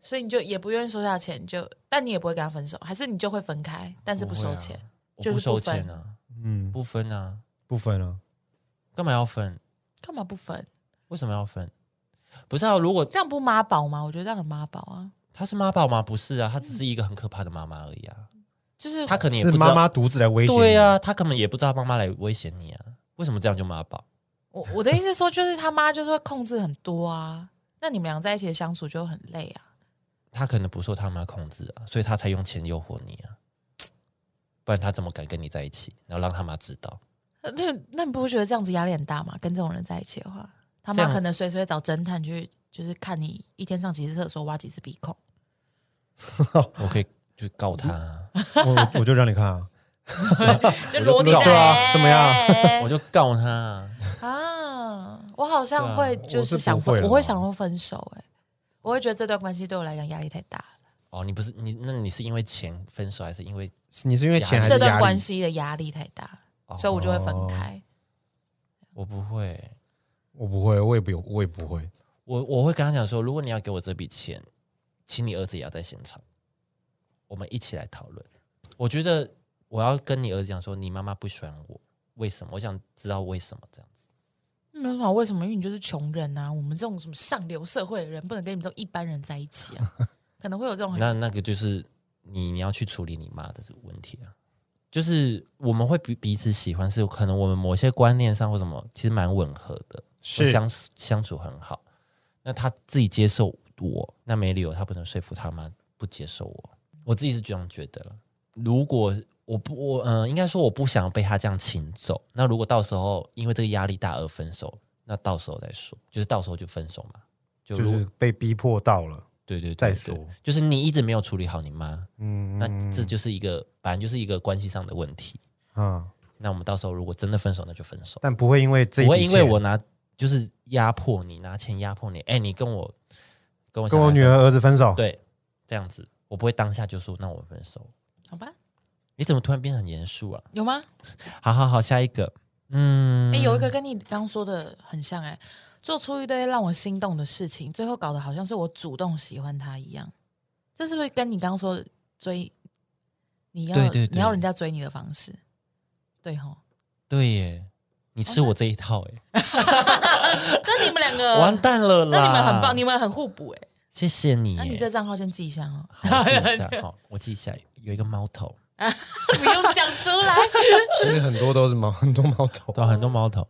S3: 所以你就也不愿意收下钱，就但你也不会跟他分手，还是你就会分开，但是不收钱。
S1: 我
S3: 就是
S1: 不啊
S3: 不
S1: 收
S3: 分
S1: 钱啊，
S2: 嗯，
S1: 不分啊，
S2: 不分了，
S1: 干嘛要分？
S3: 干嘛不分？
S1: 为什么要分？不是啊，如果
S3: 这样不妈宝吗？我觉得这样很妈宝啊，
S1: 他是妈宝吗？不是啊，他只是一个很可怕的妈妈而已啊。
S3: 就是
S1: 他可能也
S2: 是
S1: 不知道
S2: 妈妈独自来威胁，
S1: 对，啊，他根本也不知道妈妈来威胁你啊。为什么这样就妈宝？
S3: 我我的意思是说，就是他妈就是会控制很多啊。那你们俩在一起的相处就很累啊。
S1: 他可能不受他妈控制啊，所以他才用钱诱惑你啊。不然他怎么敢跟你在一起？然后让他妈知道？
S3: 呃那那你不觉得这样子压力很大吗？跟这种人在一起的话，他
S1: 这
S3: 妈
S1: 样
S3: 可能随时会找侦探去，就是看你一天上几次厕所，挖几次鼻孔。
S1: 我可以就告他、啊，
S2: 我我我就让你看啊，
S3: 就裸体
S2: 搞对
S3: 在哎
S2: 啊怎么
S3: 嗯
S2: 样
S1: 我就告他、啊。
S3: 啊，我好像
S1: 对啊
S3: 会就
S2: 我是
S3: 是想
S2: 不
S3: 分，
S2: 会
S3: 我
S2: 啦
S3: 会想要分手、欸，我会觉得这段关系对我来讲压力太大了，
S1: 哦，你不是你，那你是因为钱分手，还是因为
S2: 你是因为钱还
S3: 这
S2: 是
S3: 段
S2: 压
S3: 关
S2: 力？
S3: 系的压力太大了，
S1: 哦
S3: 所以我就会分开。
S1: 我不会，
S2: 我不会，我也不有，我也不会，
S1: 我我会跟他讲说，如果你要给我这笔钱，请你儿子也要在现场，我们一起来讨论。我觉得我要跟你儿子讲说，你妈妈不喜欢我，为什么？我想知道为什么这样子。
S3: 没有什么嗯为什么？因为你就是穷人啊！我们这种什么上流社会的人，不能跟你们这种一般人在一起 啊！可能会有这
S2: 哦
S3: 种
S1: 那那个就是你你要去处理你妈的这个问题啊。就是我们会彼彼此喜欢，是可能我们某些观念上或什么，其实蛮吻合的，会相处相处很好。那他自己接受我，那没理由他不能说服他妈不接受我。我自己是这样觉得了。如果我不我嗯、呃，应该说我不想被他这样请走。那如果到时候因为这个压力大而分手，那到时候再说，就是到时候就分手嘛。就
S2: 就
S1: 如
S2: 是被逼迫到了，
S1: 对对对
S2: 再
S1: 对
S2: 说
S1: 就是你一直没有处理好你妈，
S2: 嗯，
S1: 那这就是一个反正就是一个关系上的问题。
S2: 啊，
S1: 那我们到时候如果真的分手，那就分手。
S2: 但不会因为这一
S1: 不会
S2: 笔
S1: 因为
S2: 钱
S1: 我拿就是压迫你，拿钱压迫你。哎、你跟我跟我
S2: 跟我
S1: 小孩
S2: 女儿儿子分手，
S1: 对这样子，我不会当下就说那我们分手。
S3: 好吧？
S1: 你怎么突然变得很严肃啊？
S3: 有吗？
S1: 好好好，下一个。嗯，
S3: 哎、有一个跟你刚说的很像哎、做出一堆让我心动的事情，最后搞得好像是我主动喜欢他一样，这是不是跟你刚说的追你要
S1: 对对对
S3: 你要人家追你的方式？对吼，
S1: 对耶，你吃我这一套哎、
S3: 那你们两个
S1: 完蛋了啦！
S3: 哦那你们很棒，你们很互补哎、
S1: 谢谢你耶。
S3: 那你这账号先记一下哦，
S1: 好，我记一下，好，我记一下，有一个猫头，
S3: 不用讲出来。
S2: 其实很多都是毛， 很多毛头，
S1: 对啊，很多猫头。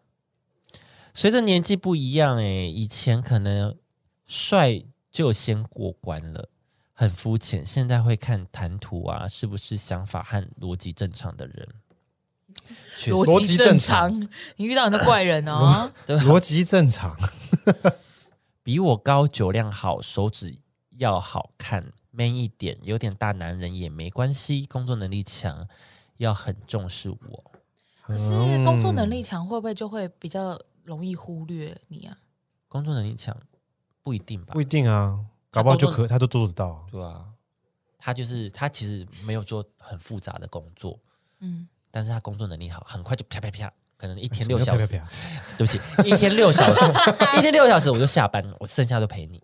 S1: 随着年纪不一样、欸，以前可能帅就先过关了，很肤浅；现在会看谈吐啊，是不是想法和逻辑正常的人。确实，
S3: 逻
S2: 逻
S3: 辑
S2: 辑
S3: 正
S2: 正
S3: 常
S2: 常，
S3: 你遇到很多怪人哦。
S1: 对吧？
S2: 逻辑正常，
S1: 比我高，酒量好，手指要好看，man 一点，有点大男人也没关系，工作能力强，要很重视我。
S3: 可是
S1: 嗯
S3: 工作能力强，会不会就会比较容易忽略你啊？
S1: 工作能力强不一定吧
S2: 不？一定啊，搞不好就可他都做得到啊，
S1: 对啊，他就是他其实没有做很复杂的工作，
S3: 嗯，
S1: 但是他工作能力好，很快就啪啪啪，可能一
S2: 什
S1: 天
S2: 么
S1: 六小
S2: 叫啪
S1: 时，
S2: 啪啪
S1: 对不起，一天六 小时，一天六小时我就下班了，我剩下都陪你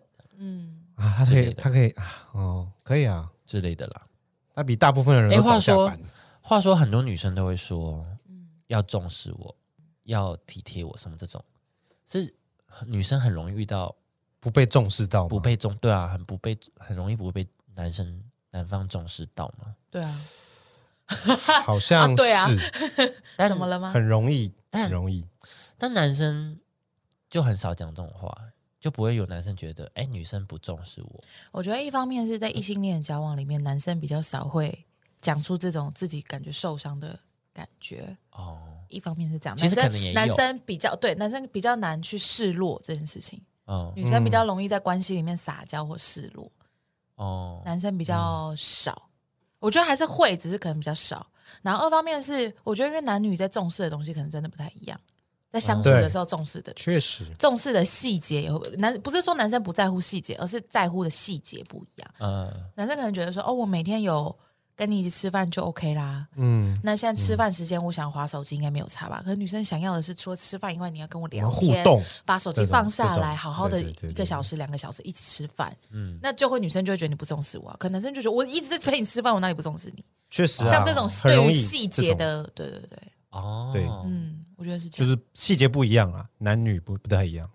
S2: 啊，他可
S1: 之类的
S2: 以，他可以啊，哦，可以啊，
S1: 之类的啦。
S2: 他比大部分的人
S1: 哎
S2: 都
S1: 话
S2: 早下
S1: 说
S2: 班，
S1: 话说，很多女生都会说，要重视我，要体贴我，什么这种，是女生很容易遇到
S2: 不被重视到吗，
S1: 不被重，对啊，很不被，很容易不被男生男方重视到嘛。
S3: 对啊，
S2: 好像
S3: 啊
S2: 是，
S3: 对啊
S1: 但
S3: 怎么了吗？
S2: 很容易，
S1: 但
S2: 很容易。
S1: 但男生就很少讲这种话，就不会有男生觉得，哎、女生不重视我。
S3: 我觉得一方面是在异性恋交往里面，男生比较少会讲出这种自己感觉受伤的感觉。
S1: 哦，
S3: 一方面是这样，
S1: 其实
S3: 男
S1: 可能也有
S3: 生男生比较对男生比较难去示弱这件事情，
S1: 哦，
S3: 女生比较容易在关系里面撒娇或示弱，
S1: 哦，
S3: 男生比较少。我觉得还是会，只是可能比较少。然后二方面是，我觉得因为男女在重视的东西可能真的不太一样，在相处
S2: 嗯
S3: 的
S2: 对
S3: 时候重视的
S2: 确实，
S3: 重视的细节也会男不是说男生不在乎细节，而是在乎的细节不一样。
S1: 嗯，
S3: 男生可能觉得说，哦，我每天有跟你一起吃饭就 OK 啦。
S2: 嗯，
S3: 那现在吃饭时间，我想划手机应该没有差吧？可是女生想要的是，除了吃饭以外，你要跟我聊
S2: 我们互
S3: 天，
S2: 动，
S3: 把手机
S2: 这种
S3: 放下
S2: 这种
S3: 来，好好的
S2: 对对对
S3: 一个
S2: 对
S3: 小时、两个小时一起吃饭。嗯，那就会女生就会觉得你不重视我、啊，可能男生就觉得我一直在陪你吃饭，我哪里不重视你？
S2: 确实啊
S3: 像这种
S2: 很
S3: 对
S2: 容
S3: 于
S2: 易
S3: 细节
S2: 这种
S3: 的，对对对，
S1: 哦，
S2: 对
S3: 嗯，我觉得是
S2: 就
S3: 这样。
S2: 是细节不一样啊，男女不不太一样。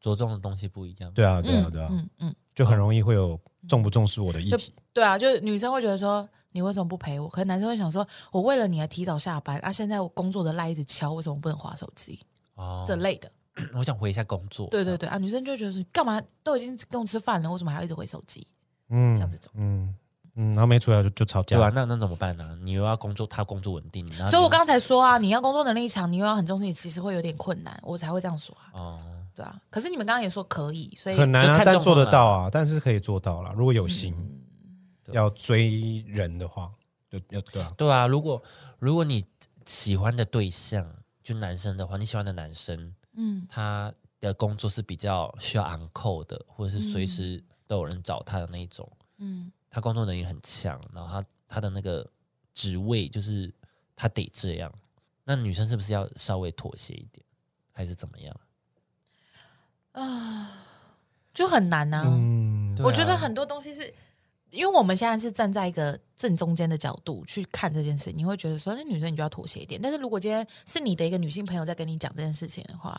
S1: 着重的东西不一样。
S2: 对啊，对啊，
S3: 嗯
S2: 对啊，
S3: 嗯嗯，
S2: 就很容易会有重不重视我的议
S3: 就
S2: 题。
S3: 对啊，就是女生会觉得说你为什么不陪我？可能男生会想说，我为了你而提早下班啊，现在我工作的赖一直敲，为什么不能划手机、
S1: 哦，
S3: 这类的？
S1: 我想回一下工作。
S3: 对对对啊，女生就会觉得说，你干嘛都已经跟我吃饭了，为什么还要一直回手机？
S2: 嗯，
S3: 像这种
S2: 嗯嗯，然后没处理好就就吵架
S1: 对。啊，那那怎么办呢、你又要工作，他工作稳定，然后
S3: 所以我
S1: 你
S3: 刚才说啊，你要工作能力强，你又要很重视，你其实会有点困难，我才会这样说啊，
S1: 哦，
S3: 对啊。可是你们刚刚也说可以，所以嗯
S2: 很难
S1: 就
S2: 啊
S1: 看，
S2: 但
S1: 状
S2: 做
S1: 况
S2: 得
S1: 啊
S2: 到啊，但是可以做到啦。如果有心，
S3: 嗯
S1: 对
S2: 要追人的话，就要对啊，
S1: 对啊，如果如果你喜欢的对象就男生的话，你喜欢的男生，
S3: 嗯
S1: 他的工作是比较需要 on call 的，或者是随时都有人找他的那一种，
S3: 嗯
S1: 他工作能力很强，然后他他的那个职位就是他得这样，那女生是不是要稍微妥协一点，还是怎么样？
S3: 就很难啊。
S2: 嗯，
S1: 对啊
S3: 我觉得很多东西是因为我们现在是站在一个正中间的角度去看这件事，你会觉得说，那女生你就要妥协一点。但是如果今天是你的一个女性朋友在跟你讲这件事情的话，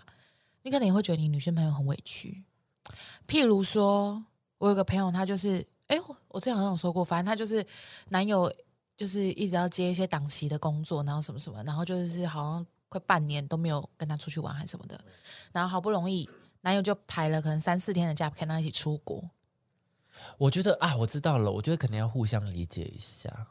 S3: 你可能也会觉得你女性朋友很委屈。譬如说，我有个朋友，她就是，哎、我我之前好像有说过，反正她就是男友就是一直要接一些档期的工作，然后什么什么，然后就是好像快半年都没有跟她出去玩还什么的，然后好不容易男友就排了可能三四天的假陪她一起出国，
S1: 我觉得啊，我知道了，我觉得可能要互相理解一下。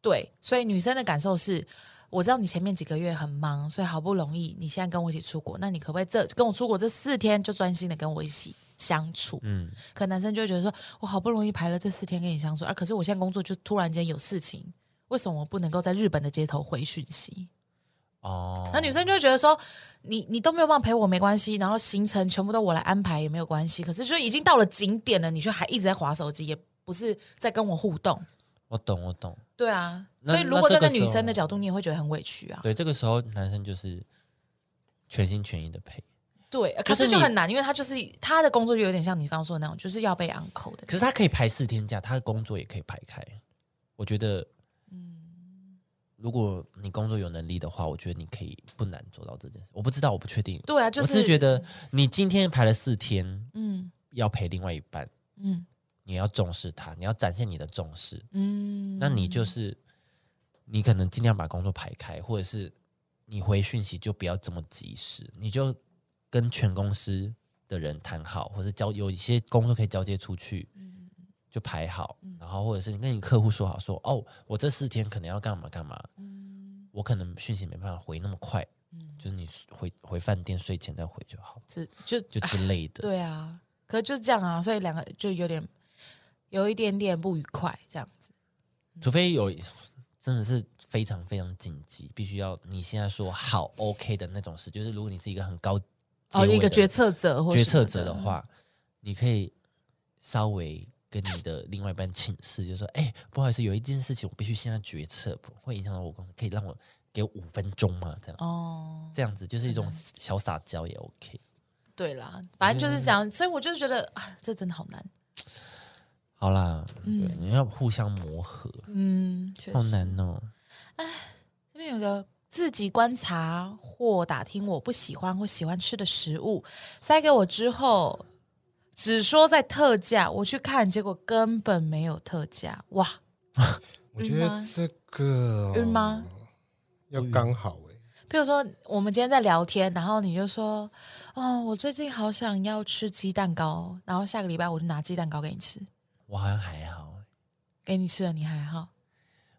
S3: 对，所以女生的感受是，我知道你前面几个月很忙，所以好不容易你现在跟我一起出国，那你可不可以这跟我出国这四天就专心的跟我一起相处？
S1: 嗯，
S3: 可男生就会觉得说，我好不容易排了这四天跟你相处啊，可是我现在工作就突然间有事情，为什么我不能够在日本的街头回讯息？
S1: 哦，
S3: 那女生就会觉得说，你你都没有办法陪我没关系，然后行程全部都我来安排也没有关系，可是就已经到了景点了，你却还一直在划手机，也不是在跟我互动。
S1: 我懂，我懂。
S3: 对啊，
S1: 那
S3: 所以如果
S1: 那
S3: 站
S1: 这个
S3: 在女
S1: 时
S3: 生的
S1: 候
S3: 角度，你也会觉得很委屈啊。
S1: 对，这个时候男生就是全心全意的陪，
S3: 对，呃可
S1: 就是
S3: 是就
S1: 你
S3: 很难，因为他就是他的工作就有点像你刚刚说的那种，就是要被 uncle 的。
S1: 可是他可以排四天假，他的工作也可以排开。我觉得，
S3: 嗯
S1: 如果你工作有能力的话，我觉得你可以不难做到这件事。我不知道，我不确定。
S3: 对啊，就
S1: 我是觉，得你今天排了四天，
S3: 嗯
S1: 要陪另外一半，
S3: 嗯
S1: 你要重视他，你要展现你的重视。
S3: 嗯，
S1: 那你就是你可能尽量把工作排开，或者是你回讯息就不要这么及时，你就跟全公司的人谈好，或者交有一些工作可以交接出去，就排好，然后或者是你跟你客户说好说哦，我这四天可能要干嘛干嘛，我可能讯息没办法回那么快，就是你回回饭店睡前再回就好，
S3: 只就
S1: 就之类的。
S3: 对啊，可是就是这样啊，所以两个就有点有一点点不愉快这样子。嗯
S1: 除非有真的是非常非常紧急，必须要你现在说好 OK 的那种事，就是如果你是一个很高
S3: 哦，
S1: 阶位
S3: 一个
S1: 的
S3: 决策者或
S1: 决
S3: 什
S1: 策
S3: 么
S1: 者的，话，你可以稍微跟你的另外一半请示，就说：“哎、不好意思，有一件事情我必须现在决策，不会影响到我公司，可以让我给我五分钟吗？”这样
S3: 哦，
S1: 这样子就是一种小撒娇也 OK。
S3: 对啦，反正就是这样，所以我就觉得啊，这真的好难。
S1: 好啦，嗯对，你要互相磨合，
S3: 嗯，确
S1: 好
S3: 实。
S1: 难哦。
S3: 这边有个自己观察或打听我不喜欢或喜欢吃的食物，塞给我之后，只说在特价，我去看，结果根本没有特价，哇，
S4: 我觉得这个
S3: 晕吗？
S2: 哦欸
S4: 要刚好哎、
S3: 比如说我们今天在聊天，然后你就说，哦，我最近好想要吃鸡蛋糕，然后下个礼拜我就拿鸡蛋糕给你吃，
S1: 我好像还好欸，
S3: 给你吃了，你还好？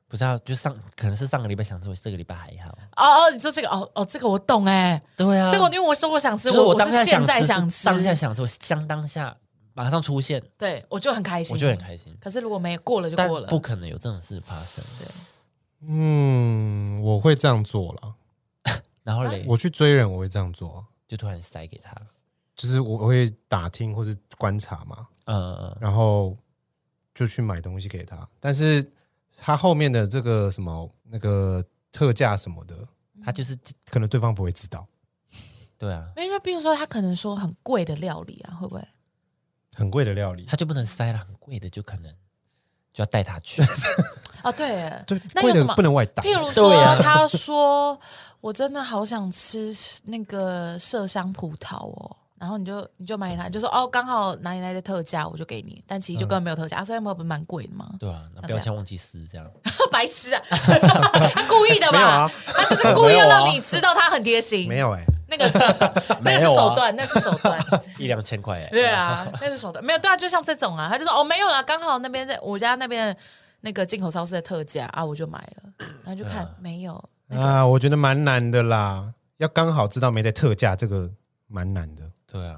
S1: 不知道就上可能是上个礼拜想吃，我这个礼拜还好。
S3: 哦哦，你说这个，哦哦，这个我懂哎、
S1: 对啊，
S3: 这个我因为我说我想吃，
S1: 就是
S3: 我
S1: 当下
S3: 是现
S1: 想
S3: 在
S1: 吃是
S3: 想吃，
S1: 当下想吃，我相当下马上出现，
S3: 对我就很开心，
S1: 我就很开心。
S3: 可是如果没有过了就
S1: 但
S3: 过了，
S1: 不可能有这种事发生。
S2: 嗯，我会这样做了。
S1: 然后
S3: 嗯
S1: 嘞，
S3: 啊
S2: 我去追人，我会这样做啊，
S1: 就突然塞给他，
S2: 就是我会打听或者观察嘛，
S1: 嗯嗯
S2: 然后就去买东西给他。但是他后面的这个什么那个特价什么的，
S1: 嗯，他就是
S2: 可能对方不会知道，
S1: 对啊，
S3: 因为比如说他可能说很贵的料理啊，会不会？
S2: 很贵的料理。
S1: 他就不能塞了，很贵的就可能 就要带他 去。
S3: 啊，对耶，
S2: 对，
S3: 那
S2: 贵
S3: 有什
S2: 的
S3: 么
S2: 不能外带。
S3: 譬如说，
S1: 对啊
S3: 他说我真的好想吃那个麝香葡萄哦，然后你就你就买给他，你就说哦，刚好哪里哪里的特价，我就给你，但
S2: 嗯
S3: 其实就根本没有特价，啊，麝香葡萄不是蛮贵的吗？
S1: 对啊，那
S3: 那
S1: 标
S3: 这
S1: 签忘记撕，这 样
S3: 白痴啊，他故意的
S2: 没有
S3: 吧？
S2: 啊
S3: 他就是故意
S1: 没
S3: 要
S1: 有啊
S3: 让你知道他很贴心，
S2: 没有啊哎、
S3: 那个那个是手段，那是手段。
S1: 一两千块哎。
S3: 对啊，那是手段，没有对啊，就像这种啊，他就说哦没有啦，刚好那边在我家那边那个进口超市的特价啊，我就买了，然后就看、没有，
S2: 啊，我觉得蛮难的啦，要刚好知道没在特价，这个蛮难的。
S1: 对啊，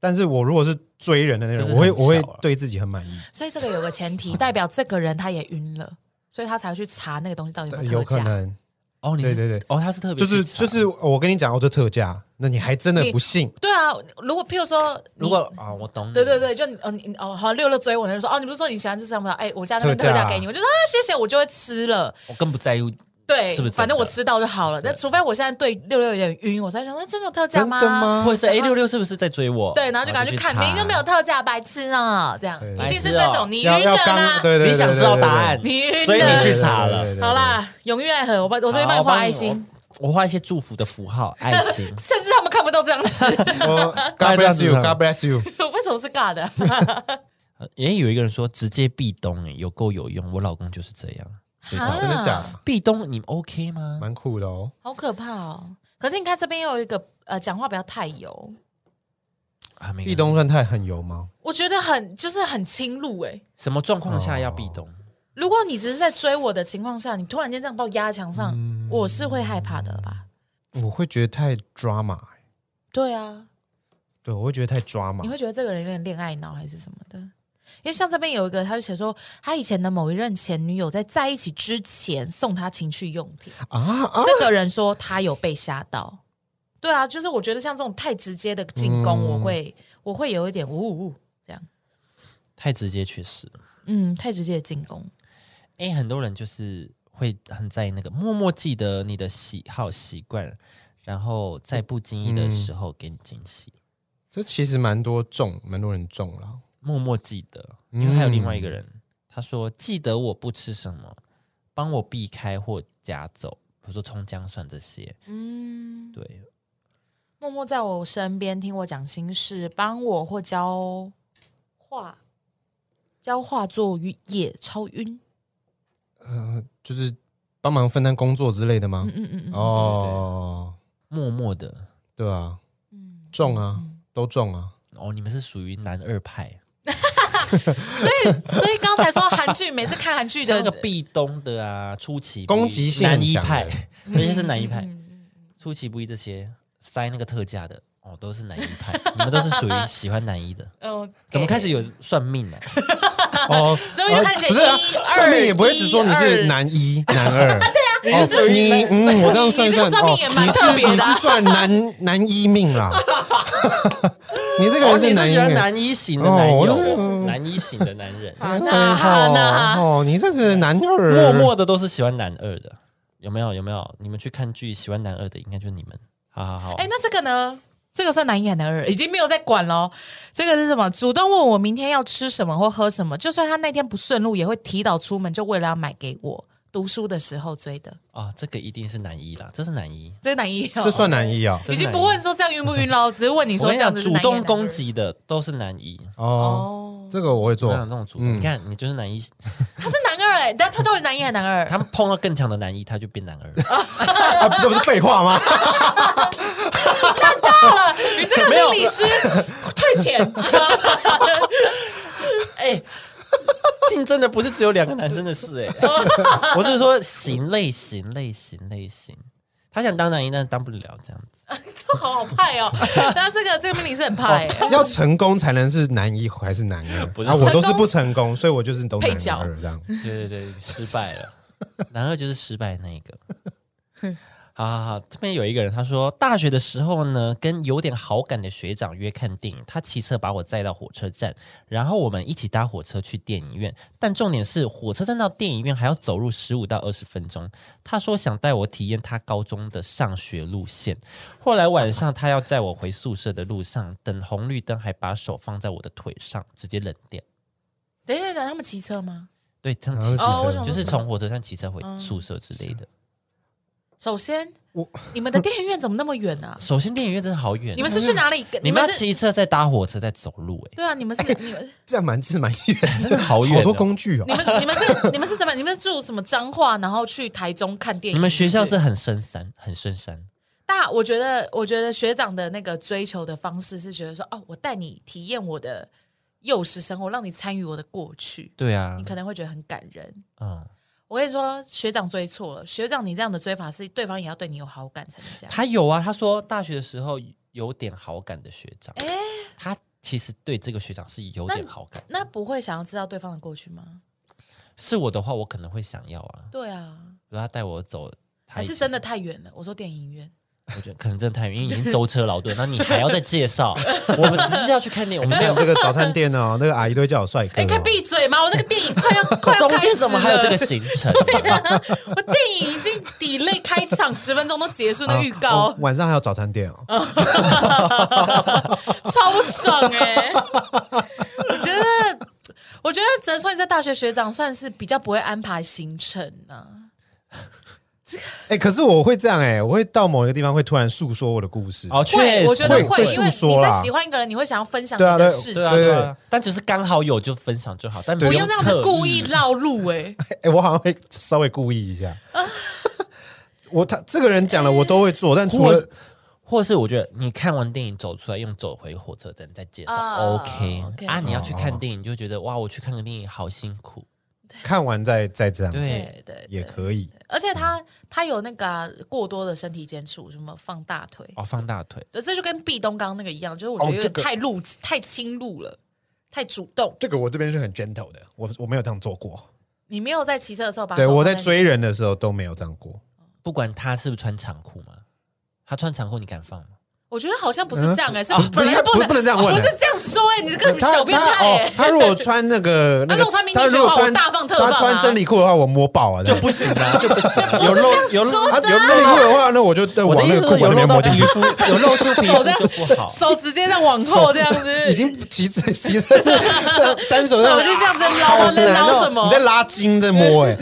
S2: 但是我如果是追人的那
S1: 这
S2: 种，
S1: 是
S2: 我会
S1: 很巧
S2: 我会
S1: 啊
S2: 对自己很满意，
S3: 所以这个有个前提，代表这个人他也晕了，所以他才会去查那个东西到底有没
S2: 有可
S3: 特价。
S2: 能
S1: 哦，你是
S2: 对对对
S1: 哦，他是特别
S2: 就是
S1: 去查
S2: 就是我跟你讲，哦，这特价，那你还真的不信？
S3: 对啊，如果譬如说你
S1: 如果啊，我懂你，
S3: 对对对，就你哦你哦好六六追我，他就说哦你不是说你喜欢吃什么？哎，我家那边
S2: 特价
S3: 特价给你，我就说啊谢谢，我就会吃了。
S1: 我更不在乎。
S3: 对，
S1: 是不是真的
S3: 反正我吃到就好了。那除非我现在对六六有点晕，我才想哎那真的有特价
S2: 真的吗？
S1: 或者是 A 六六是不是在追我？
S3: 哦对，然后就赶快去看，明明就没有。特价，白痴啊！这样
S2: 对
S3: 一定是
S1: 白痴哦
S3: 这种你晕
S2: 要
S3: 的
S2: 要刚
S3: 啦。
S2: 对对，
S1: 你想知道答案，
S3: 你晕的
S1: 所以你去查了。
S3: 好啦，永浴爱河，我帮我这边帮你画爱心，。
S1: 我，我画一些祝福的符号，爱心
S3: 甚至他们看不到这样子。
S2: ，God bless you，God bless you。
S3: 为什么是尬 的？
S1: 也有一个人说直接壁咚、欸，有够有用。我老公就是这样，最
S3: 哈
S1: 大
S2: 真的假的？
S1: 壁咚你 OK 吗？
S2: 蛮酷的哦。
S3: 啊好可怕哦！可是你看这边又有一个呃，讲话不要太油，
S1: 啊，没
S2: 壁咚算太很油吗？
S3: 我觉得很就是很侵入哎、
S1: 什么状况下要壁咚？
S2: 哦
S3: 如果你只是在追我的情况下，你突然间这样把我压在墙上，我是会害怕的吧？
S2: 我会觉得太 drama，欸
S3: 对啊，
S2: 对我会觉得太 drama
S3: 你。会觉得这个人有点恋爱脑还是什么的？因为像这边有一个，他就写说，他以前的某一任前女友在在一起之前送他情趣用品，
S2: 啊啊！
S3: 这个人说他有被吓到。对啊，就是我觉得像这种太直接的进攻，我会我会有一点呜呜呜这样，
S1: 太直接，确实。
S3: 嗯，太直接的进攻。
S1: 哎、很多人就是会很在意那个，默默记得你的喜好习惯，然后在不经意的时候给你惊喜，
S2: 嗯这其实蛮多中，蛮多人中了。
S1: 默默记得。因为还有另外一个人，他说记得我不吃什么，帮我避开或夹走，比如说葱姜蒜这些。
S3: 嗯，
S1: 对，
S3: 默默在我身边听我讲心事，帮我或教画教画作业，超晕。
S2: 呃，就是帮忙分担工作之类的吗
S3: 嗯？嗯嗯嗯，
S2: 哦，
S1: 默默的。
S2: 对啊，
S3: 嗯
S2: 中啊，都中啊。
S1: 哦，你们是属于男二派，
S3: 所以刚才说韩剧，每次看韩剧
S1: 像
S3: 的
S1: 那个壁咚的啊，出其不意
S2: 攻击性
S1: 男一
S2: 很强
S1: 派
S2: 的，
S1: 这些是男一派，
S3: 嗯
S1: 出其不意这些塞那个特价的，哦，都是男一派， 你们都是属于喜欢男一 的。
S3: 哦，
S1: 怎么开始有算命 呢、
S2: 哦，
S3: 所以就开始
S2: 呃不是啊
S3: 一，
S2: 算命
S3: 二
S2: 也不会只说你是
S3: 一
S2: 男一、男二。对啊，
S1: 是属于
S2: 你嗯，我这样算一算
S3: 你这个算
S2: 哦
S3: 命也，蛮
S2: 你
S3: 特
S2: 是
S3: 别
S2: 你
S3: 的啊
S2: 是算男男一命啦。 你这个
S1: 哦，
S2: 人
S1: 你是
S2: 男一
S1: 喜欢男
S2: 命。
S1: 一型的男友，
S2: 哦
S1: 哦男一型的男 人，
S3: 好那好
S2: 哎
S3: 那
S2: 哦，你这是男二，
S1: 默默的都是喜欢男二的，有没有？有没有？你们去看剧喜欢男二的，应该就是你们。好好好，
S3: 哎，那这个呢？这个算男一还男二？已经没有在管喽。这个是什么？主动问我明天要吃什么或喝什么，就算他那天不顺路，也会提早出门，就为了要买给我。读书的时候追的，
S1: 啊、这个一定是男一啦，这是男一。
S3: 这是男一、哦，
S2: 这 算男一啊？
S1: 这
S3: 已
S1: 是
S3: 经
S1: 男一
S3: 不问说这样晕不晕喽，只是问你
S1: 我
S3: 说
S1: 跟
S3: 这
S1: 你
S3: 样
S1: 讲，
S3: 子
S1: 主
S3: 是男一还
S1: 动
S3: 男
S1: 攻
S3: 二
S1: 击的都是男一，
S2: 哦，
S3: 哦，
S2: 这个我会
S1: 我
S2: 做
S1: 跟。你讲这种主动，你看你就是男一，
S3: 他是男二哎、但他到底男一还男二？
S1: 他们碰到更强的男一，他就变男二。
S2: 啊这不是废话吗？
S3: 到了，于是让命理师退 钱。
S1: 哎、竞争的不是只有两个男生的事哎、我是说型类型类型类型，他想当男一，但是当不了这样子。
S3: 这好好派 哦，那这个这个命理师很派哎，
S2: 要成功才能是男一还是男二？
S1: 不是
S2: 啊，我都
S3: 成
S2: 是
S3: 功
S2: 不成功，所以我就是都
S3: 配
S2: 男
S3: 角
S2: 二这样。
S1: 对对对，失败了， 男二就是失败那一个。好好好，这边有一个人，他说大学的时候呢，跟有点好感的学长约看电影，他骑车把我载到火车站，然后我们一起搭火车去电影院。但重点是，火车站到电影院还要走路十五到二十分钟。他说想带我体验他高中的上学路线。后来晚上他要载我回宿舍的路上，等红绿灯还把手放在我的腿上，直接冷掉。
S3: 等一下，等一下他们骑车吗？
S1: 对，他们骑
S2: 然后骑车
S3: 哦我想
S1: 就是
S3: 说
S1: 从火车站骑车回
S3: 嗯
S1: 宿舍之类的。
S3: 首先
S2: 我，
S3: 你们的电影院怎么那么远 啊？
S1: 首先，电影院真的好远啊、
S3: 你们是去哪里？
S1: 你们要
S3: 是
S1: 骑车再搭火车再走路、欸，
S3: 对啊，你们是你们
S2: 这样蛮这蛮远的，
S1: 真的好远哦
S2: 好多工具哦
S3: 你。们你们 是你们是怎么？你们是住什么彰化，然后去台中看电影？
S1: 你们学校
S3: 不
S1: 是很深山，很深山。
S3: 大？我觉得我觉得学长的那个追求的方式是觉得说，哦，我带你体验我的幼时生活，让你参与我的过去，
S1: 对啊
S3: 你，可能会觉得很感人。
S1: 嗯，
S3: 我跟你说，学长追错了。学长，你这样的追法是对方也要对你有好感才能这样。
S1: 他有啊，他说大学的时候有点好感的学长，
S3: 哎
S1: 他其实对这个学长是有点好感。
S3: 那不会想要知道对方的过去吗？
S1: 是我的话，我可能会想要啊，
S3: 对啊，
S1: 如果他带我走。他
S3: 还
S1: 以
S3: 是
S1: 前
S3: 真的，太远了。我说电影院，
S1: 我觉得可能真的太远，因为已经舟车劳顿，那你还要再介 绍？我们只是要去看电影，我们没
S2: 还有
S1: 有。
S2: 这个早餐店哦，那个阿姨都会叫我帅哥哦。
S3: 哎、你可以闭嘴吗？我那个电影快要快要
S1: 中
S3: 开始
S1: 间
S3: 了，
S1: 怎么还有这个行程？
S3: 我电影已经 delay 开场十分钟都结束
S2: 啊
S3: 的预告，嗯
S2: 哦晚上还有早餐店哦。
S3: 超不爽哎、我觉得，我觉得只能说你在大学学长算是比较不会安排行程啊。
S2: 哎，可是我会这样哎，我会到某一个地方会突然诉说我的故事。
S1: 哦，确
S3: 会，
S1: 实，
S3: 我觉得
S2: 会
S3: 因为
S2: 会诉
S3: 你
S2: 说
S3: 在
S2: 啦
S3: 喜欢一个人，你会想要分享你
S2: 对啊
S3: 的
S2: 对
S3: 事
S1: 对啊，
S3: 情，
S1: 对啊，但只是刚好有就分享就好，但
S3: 不用这样子
S1: 特
S3: 故
S1: 意。
S3: 意绕路哎、
S2: 哎，我好像会稍微故意一 下。我他这个人讲了，我都会做，但除
S1: 或
S2: 了
S1: 或是我觉得你看完电影走出来，用走回火车站再介绍、
S3: 啊
S1: OK,
S3: OK
S1: 啊。你要去看电影，你就觉得哇，我去看个电影好辛苦。
S2: 看完再再这样
S1: 对，
S3: 对对，
S2: 也可以。
S3: 而且他他有那个啊、过多的身体接触，什么放大腿，
S1: 哦，放大腿，
S3: 对，这就跟壁咚刚刚那个一样，就是我觉得有
S2: 哦
S3: 点
S2: 这个
S3: 太露、太侵入了，太主动。
S2: 这个我这边是很 gentle 的，我我没有这样做过。
S3: 你没有在骑车的时候把
S2: 对
S3: 手
S2: 我
S3: 放
S2: 在
S3: 在
S2: 追人的时候都没有这样过。
S1: 不管他是不是穿长裤嘛，他穿长裤你敢放吗？
S3: 我觉得好像不是这样哎、是
S2: 啊
S3: 本来
S2: 不是
S3: 不能
S2: 不不能这样问
S3: 不
S2: 欸
S3: 是这样说哎、你这个
S2: 他
S3: 小变
S2: 他
S3: 态
S2: 哦
S3: 哎、，
S2: 他如果穿那 个那
S3: 如
S2: 个
S3: 果穿，迷你
S2: 他
S3: 裙
S2: 如果
S3: 的话我
S2: 穿
S3: 大放特放啊
S2: 他穿真理裤的话，我摸爆啊！这
S1: 就
S2: 样
S1: 不行啊， 就不行、 啊。
S2: 有肉
S3: 这样说
S2: 他
S3: 的
S2: 有真理裤的话，那我就再
S1: 我的
S2: 往
S1: 意思
S2: 那个
S1: 是有
S2: 裤管里
S1: 露
S2: 面
S1: 到
S2: 摸进
S1: 皮
S2: 去，
S1: 肤， 有露出皮
S3: 手
S1: 肤
S3: 这样
S1: 就不好。
S3: 手直接在往后这样子，
S2: 哦已经骑 车骑车这样单手
S3: 手
S2: 这样
S3: 就这样子捞
S2: 好
S3: 啊，能
S2: 难
S3: 捞
S2: 哦
S3: 什么
S2: 你？在拉筋在摸哎，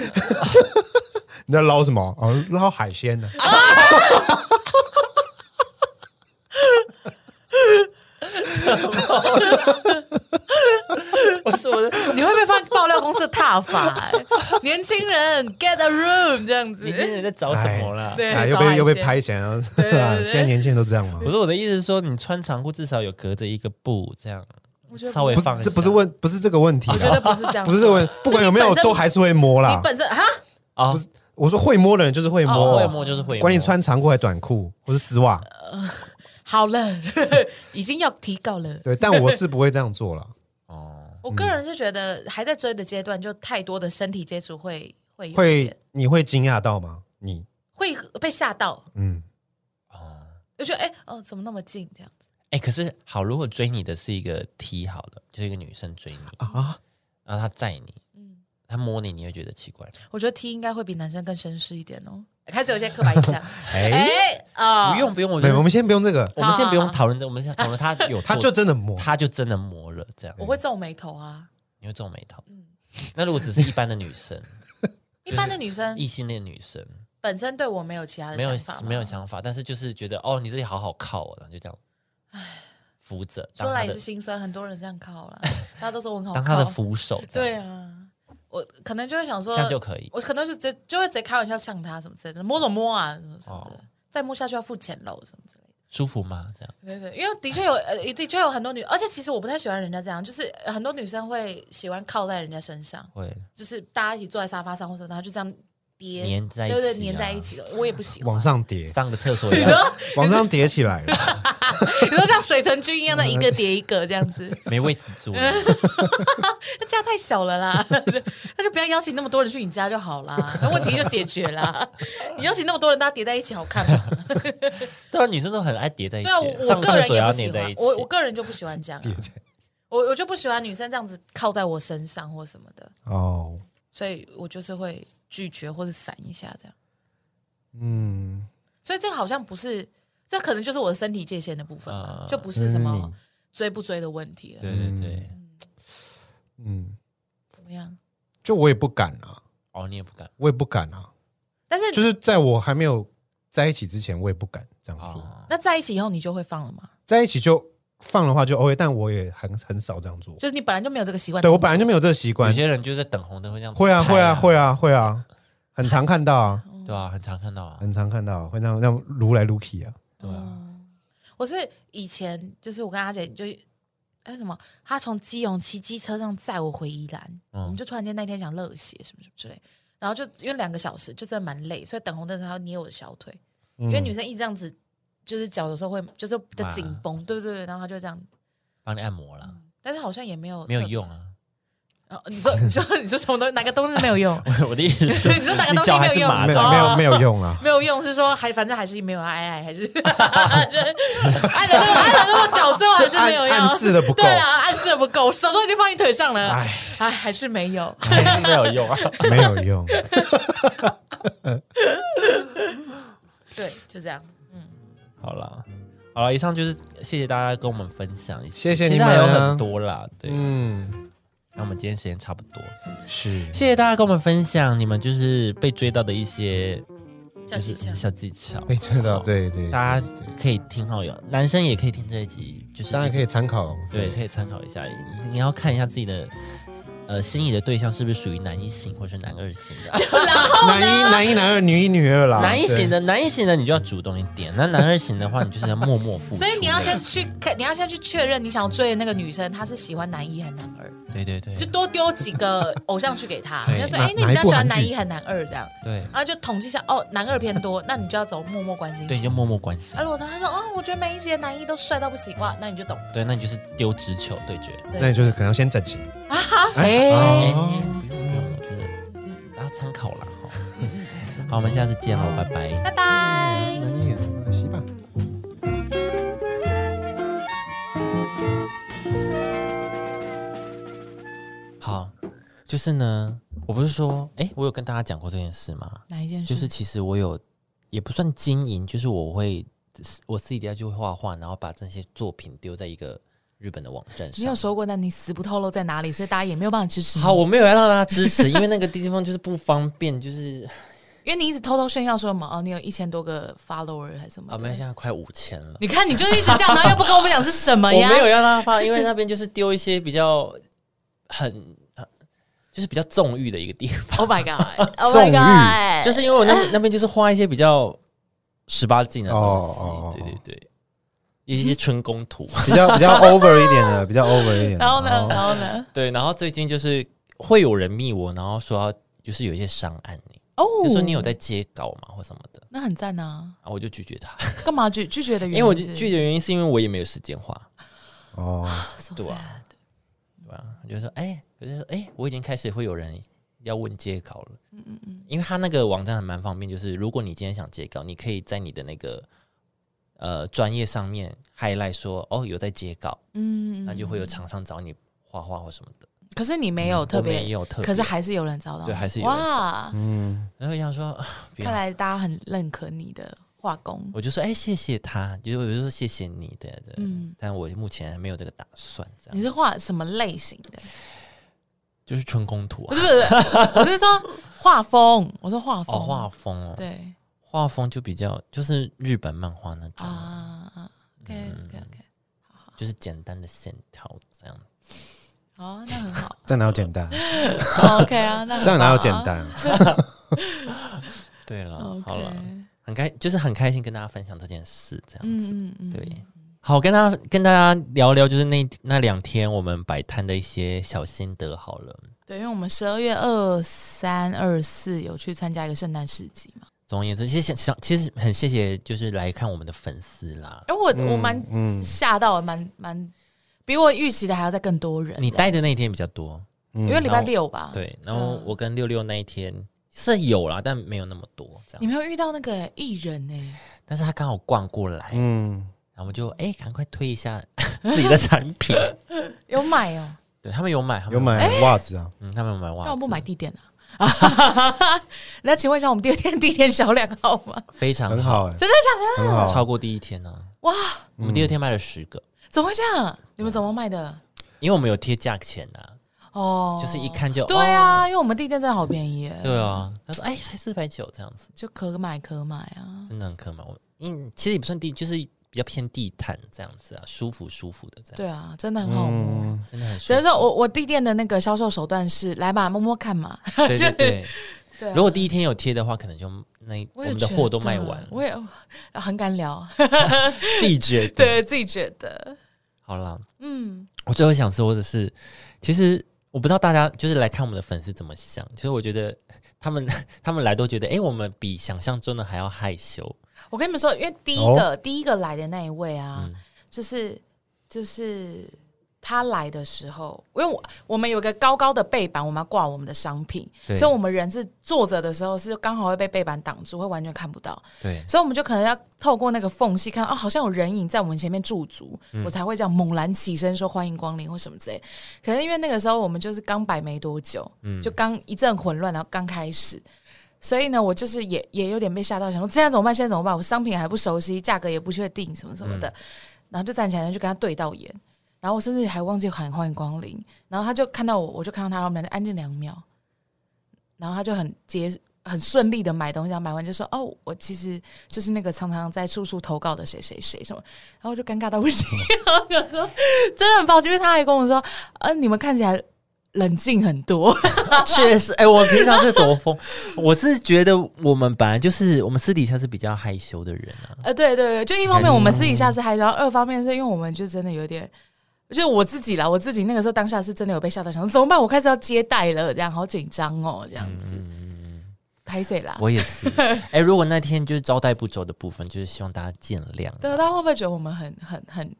S2: 你在捞什么？哦，捞海鲜呢？
S1: 我说我的，
S3: 你会被放爆料公司的踏法、 欸，年轻人 get a room 这样子
S1: 你。今天在找什么啦？
S3: 对
S2: 啊，
S3: 找
S2: 又
S3: 海
S2: 被又被
S3: 鲜
S2: 拍起来了。啊
S3: 对对对
S2: 现在年轻人都这样吗？
S1: 我说我的意思是说，你穿长裤至少有隔着一个布，这样
S3: 我觉得
S1: 稍微
S2: 不
S1: 放一下。
S2: 这不是问，不是这个问题
S3: 我觉得
S2: 啦，
S3: 不是这样，
S2: 不是这个问，不管有没有
S3: 是你本身
S2: 都还是会摸
S3: 你
S2: 啦。
S3: 本身哈，
S1: 啊，
S2: 我说会摸的人就是会
S3: 哦
S2: 摸，
S1: 会摸就是会摸。
S2: 管你穿长裤还是短裤或是丝袜，
S3: 呃好了， 已经要提高了。
S2: 对，但我是不会这样做 了，
S1: 哦，
S3: 我个人是觉得还在追的阶段，就太多的身体接触会会有
S2: 会
S3: 点
S2: 你会惊讶到吗？你
S3: 会被吓到，
S2: 嗯，
S3: 就觉得哎、哦怎么那么近这样子？
S1: 哎、可是好，如果追你的是一个 T 好了，就是一个女生追你
S2: 啊
S1: 啊，然后她载你，
S3: 嗯
S1: 她摸你，你会觉得奇怪吗？
S3: 我觉得 T 应该会比男生更绅士一点哦。开始有一些刻板 印象，
S2: 哎，
S3: 哎啊，
S1: 不用不用，我觉
S2: 对，
S1: 得
S2: 我们先不用这个，
S1: 我们先不用
S3: 好好
S1: 讨论这，我们先讨论 她有做，
S2: 他就真的摸，
S1: 她就真的摸了，这样
S3: 我会嗯皱眉头啊。
S1: 你会皱眉头。那如果只是一般的女 生，
S3: 一般的女生
S1: 异性恋女生
S3: 本身对我没有其他的
S1: 没有
S3: 想法吗，
S1: 没有想法，但是就是觉得哦，你这里好好靠哦，然后就这样扶着，
S3: 说
S1: 当
S3: 来
S1: 她
S3: 也
S1: 的
S3: 是心酸，很多人这样靠了，大家都说我很好
S1: 当她的
S3: 靠。
S1: 扶手，这
S3: 对
S1: 样
S3: 啊，我可能就会想说
S1: 这，样就可以。
S3: 我可能就直接就会直接开玩笑呛他什么之类的，摸什么摸啊什么什么的，
S1: 哦
S3: 再摸下去要付钱喽什么之类的。
S1: 舒服吗？这样
S3: 对对，因为的确有呃，的确有很多女，而且其实我不太喜欢人家这样，就是呃很多女生会喜欢靠在人家身上，
S1: 会
S3: 就是大家一起坐在沙发上或者什么，然后就这样叠，
S1: 粘在一起、啊，
S3: 对对，粘在一，起了，我也不喜欢
S2: 往。上叠，
S1: 上个厕所也要
S2: 往上叠起来了。
S3: 你说像水豚君一样的一个叠一个 这样子，
S1: 没位置 坐，
S3: 那家太小了啦， 那就不要邀请那么多人去你家就好啦，那问题就解决啦。你邀请那么多人，大家叠在一起好看吗？
S1: 对啊，女生都很爱叠在一起，
S3: 对啊，我我
S1: 上
S3: 个
S1: 厕
S3: 人
S1: 所
S3: 也
S1: 要
S3: 不喜
S1: 粘在一
S3: 欢，
S1: 起，
S3: 我我个人就不喜欢这样啊、我我就不喜欢女生这样子靠在我身上或什么的，
S2: 哦，
S3: 所以我就是会拒绝或是闪一下这样。
S2: 嗯，
S3: 所以这个好像不是，这可能就是我的身体界限的部分吧，
S1: 啊
S3: 就不是什
S2: 嗯
S3: 么追不追的问题了。嗯
S1: 对对对，
S2: 嗯，
S3: 怎么样？
S2: 就我也不敢啊，
S1: 哦，你也不敢
S2: 我也不敢啊，
S3: 但是、
S2: 就是在我还没有在一起之前，我也不敢这样做。
S1: 哦，
S3: 那在一起以后你就会放了吗？
S2: 在一起就放的话就 OK，但我也很很少这样做。
S3: 就是你本来就没有这个习惯。
S2: 对我本来就没有这个习
S1: 有
S2: 惯，
S1: 些人就是等红灯会这样拍，
S2: 会啊会啊会
S1: 啊，
S2: 啊会啊，很常看到啊，
S1: 对啊，很常看到啊，
S2: 很常看到，会让让撸来撸去啊。
S1: 对啊，
S3: 嗯我是以前就是我跟阿姐就哎什么，她从基隆骑机车这样载我回宜兰，
S1: 嗯
S3: 我们就突然间那天想热血什么什么之类，然后就因为两个小时就真的蛮累，所以等红灯的时候她要捏我的小腿，
S1: 嗯
S2: 因
S3: 因为女生一直这样子，就是脚有时候会就是比较紧绷，对对对，然后她就这样，
S1: 帮你按摩啦，
S3: 但是好像也没有
S1: 没有
S3: 特别。
S1: 用 啊，
S3: 哦 你说你说你说什么东西？哪个东西没有用？
S1: 我的意思是，
S3: 你说哪个东西
S1: 脚还
S3: 没有
S1: 是
S3: 用
S1: 麻
S2: 没
S1: 的
S2: 有
S3: 哦
S1: 啊，
S2: 没有没有用啊，
S3: 没有用，是说还反正还是没有爱爱，还是 爱的爱的那么脚最后 还
S2: 这
S3: 是没
S2: 暗
S3: 有
S2: 暗
S3: 用。
S2: 示的不够
S3: 对，啊，暗示得不够，手都已经放你腿上了，
S2: 哎
S3: 哎，还是没有。
S1: 没有用 啊，
S2: 没有用。
S3: 对，就这样。
S1: 好啦。好了，以上就是谢谢大家跟我们分享一些，
S2: 谢谢
S1: 其
S2: 你
S1: 实
S2: 们
S1: 还
S2: 啊
S1: 有很多啦，对。
S2: 嗯，
S1: 那我们今天时间差不多，
S2: 是
S1: 谢谢大家跟我们分享你们就是被追到的一些
S3: 小技巧
S1: 就是小技巧，
S2: 被追到，哎对对，
S1: 大家
S2: 对对
S1: 可以听好友，男生也可以听这一集，就是
S2: 当然可以参考。
S1: 对，可以参考一下。你要看一下自己的呃心仪的对象是不是属于男一型或是男二型 的。
S2: 男一男一男二女一女二啦，
S1: 男一
S2: 啊对
S1: 型的，男一型的你就要主动一点，那男二型的话，你就是要默默付出。
S3: 所以你要先去看，你要先去确认你想追的那个女生，她是喜欢男一还是男二，
S1: 对对对
S3: 就多丢几个偶像剧给她，
S2: 对
S3: 你就说，
S2: 哪
S3: 哎，你比
S2: 哪
S3: 较
S2: 一部
S3: 喜欢
S2: 韩
S3: 男
S2: 剧
S3: 一还是男二这样，
S1: 对
S3: 然后就统计一下，哦，男二偏多，那你就要走默默关心
S1: 对，你
S3: 型。
S1: 就默默关心
S3: 啊，。如果他说，哦，我觉得每一集的男一都帅到不行，哇，那你就懂了。
S1: 对，那你就是丢直球对决。
S2: 那你就是可能要先整形。
S1: 哎，
S2: 哦
S1: 不用不用，我觉得大家参考啦。哈好，我们下次见喽，拜拜。
S3: 拜拜。
S2: 男一啊男二西吧。
S1: 好，就是呢，我不是说，哎、我有跟大家讲过这件事吗？
S3: 哪一件
S1: 就是其实我有，也不算经营，就是我会，我私底下就会画画，然后把这些作品丢在一个日本的网站
S3: 你有
S1: 上。
S3: 说过，但你死不透露在哪里，所以大家也没有办法支持你。
S1: 好，我没有要让大家支持，因为那个地方就是不方便，就是
S3: 因为你一直偷偷炫耀说什么哦，你有一千多个 follower 还是什么
S1: 啊，
S3: 的？
S1: 没有，现在快五千了。
S3: 你看，你就一直这样，然后又不跟我们讲是什么
S1: 我
S3: 哦呀？
S1: 没有要让他发，因为那边就是丢一些比较很，很就是比较纵欲的一个地方，
S3: Oh my god！Oh
S2: 纵
S3: my
S2: 欲
S3: god！
S1: 就是因为我那那边就是画一些比较十八禁的
S2: 哦哦
S1: 东
S2: 哦
S1: 西，对对对，一些春宫图。
S2: 比较比较 over 一点的，比较 over 一点的。哦
S3: 然后
S1: 哦
S3: 呢？然 后呢？
S1: 对，然后最近就是会有人密我，然后说要就是有一些商案你，
S3: 哦，
S1: 就说你有在接稿嘛或什么的，
S3: 那很赞啊！
S1: 然后我就拒绝他，
S3: 干嘛拒拒绝的原
S1: 因
S3: 因？
S1: 为我就拒，绝原因是因为我也没有时间画，
S2: 哦，
S1: 对啊对吧、我就说哎，我就说哎，我已经开始会有人要问接稿了，嗯嗯嗯，因为他那个网站还蛮方便，就是如果你今天想接稿，你可以在你的那个。呃，专业上面 highlight 说哦有在接稿，
S3: 嗯，
S1: 那就会有厂商找你画画或什么的。
S3: 可是你没有
S1: 嗯
S3: 特
S1: 我没
S3: 别，
S1: 有特别，
S3: 可是还是有人找到，
S1: 对还是有人
S3: 哇！
S2: 嗯，。
S1: 然后我想说，啊不要
S3: 看来大家很认可你的画工，
S1: 我就说，哎、谢谢他，就是我就说谢谢你，对啊对。
S3: 嗯。
S1: 但我目前还没有这个打算，这
S3: 你
S1: 样
S3: 是画什么类型的？
S1: 就是春宫图
S3: 不
S1: 啊，
S3: 是不是，不是我是说画风。我说画
S1: 哦，
S3: 风，
S1: 画风哦，
S3: 对
S1: 画风就比较就是日本漫画那种，
S3: 啊，OK OK OK，
S1: 就是简单的线条这样。
S3: 哦，那很好
S2: 这样哪有简单？
S3: OK 啊，那很
S2: 这样哪有
S3: 棒啊
S2: 简？单？
S1: 对了
S3: OK
S1: 好了，很开就是很开心跟大家分享这件事，这样子，
S3: 嗯嗯嗯，
S1: 对。好，跟大家跟大家聊聊，就是那那两天我们摆摊的一些小心得好了。
S3: 对，因为我们十二月二三、二四有去参加一个圣诞市集嘛。
S1: 总而言之，其实想其实很谢谢，就是来看我们的粉丝啦。
S3: 哎，我我蛮
S2: 嗯
S3: 吓到了，蛮蛮比我预期的还要再更多人。
S1: 你待的那一天比较多，
S2: 嗯
S3: 因为礼拜六吧？，
S1: 对。然后
S3: 嗯
S1: 我跟六六那一天是有啦，但没有那么多这
S3: 你
S1: 样。
S3: 没有遇到那个艺人呢？
S1: 但是他刚好逛过来，然
S2: 嗯，
S1: 后我们就哎赶快推一下 自己的产 品。
S3: 有买哦，
S1: 对他们有买，他们
S2: 有，
S3: 哎
S2: 买袜子啊，
S1: 嗯，他们有买袜
S3: 但
S1: 子，
S3: 我不买地垫啊。那请问一下，我们第二天地垫销量好吗？
S1: 非常
S2: 很
S1: 好，
S2: 好哎，
S3: 真的假
S2: 很好，
S1: 超过第一天呢、啊。
S3: 哇，
S1: 我们第二天卖了十个，
S3: 怎么会这样？你们怎么卖的？
S1: 因为我们有贴价钱啊，
S3: 哦，
S1: 就是一看就
S3: 对
S1: 哦
S3: 啊，因为我们地垫真的好便宜耶，
S1: 对啊，他说哎才四百九这样子，
S3: 就可买可买啊。
S1: 真的很可买。我嗯其实也不算地，就是比较偏地毯这样子啊，舒服舒服的这样，
S3: 对啊，真的很好摸。
S2: 嗯，
S1: 真的很舒
S3: 只是
S1: 服。
S3: 说我我地垫的那个销售手段是来吧，摸摸看嘛。
S1: 对对对，
S3: 对啊
S1: 如果第一天有贴的话，可能就那我
S3: 我也
S1: 们的
S3: 觉
S1: 货都
S3: 得
S1: 卖完了，
S3: 我也很 敢聊，
S1: 自己觉得。
S3: 对自己觉得，
S1: 好啦，
S3: 嗯，
S1: 我最后想说的是，其实我不知道大家就是来看我们的粉丝怎么想。其实我觉得他们 他们来都觉得，哎、我们比想象中的还要害羞。
S3: 我跟你们说，因为第一个、第一个来的那一位
S1: 哦
S3: 啊，
S1: 嗯
S3: 就是就是他来的时候，因为我我们有一个高高的背板，我们要挂我们的商品，
S1: 对
S3: 所以我们人是坐着的时候是刚好会被背板挡住，会完全看不到，
S1: 对
S3: 所以我们就可能要透过那个缝隙看到哦，好像有人影在我们前面驻足，我才会这样猛然起身说欢迎光临或什么之类。可能因为那个时候我们就是刚摆没多久，就刚一阵混乱，然后刚开始。所以呢，我就是也也有点被吓到，想说现在怎么办？现在怎么办？我商品还不熟悉，价格也不确定，什么什么的。然后就站起来就跟他对到眼，然后我甚至还忘记喊欢迎光临。然后他就看到我，我就看到他，然后我们俩就安静两秒。然后他就很结很顺利的买东西，然后买完就说：“哦，我其实就是那个常常在处处投稿的谁谁谁什么。”然后我就尴尬到不行， 然后我想说真的很抱歉，因为他还跟我说：“呃，你们看起来冷静很多。
S1: 确实，哎、我平常是多疯，我是觉得我们本来就是我们私底下是比较害羞的人啊”。
S3: 呃，对对对，就一方面我们私底下是还，然后二方面是因为我们就真的有点。就是我自己啦，我自己那个时候当下是真的有被吓到，想说怎么办？我开始要接待了，这样好紧张哦，这样子
S1: 嗯，
S3: 拍谁啦？
S1: 我也是。哎、如果那天就是招待不周的部分，就是希望大家见谅啊。
S3: 对，大家会不会觉得我们很很很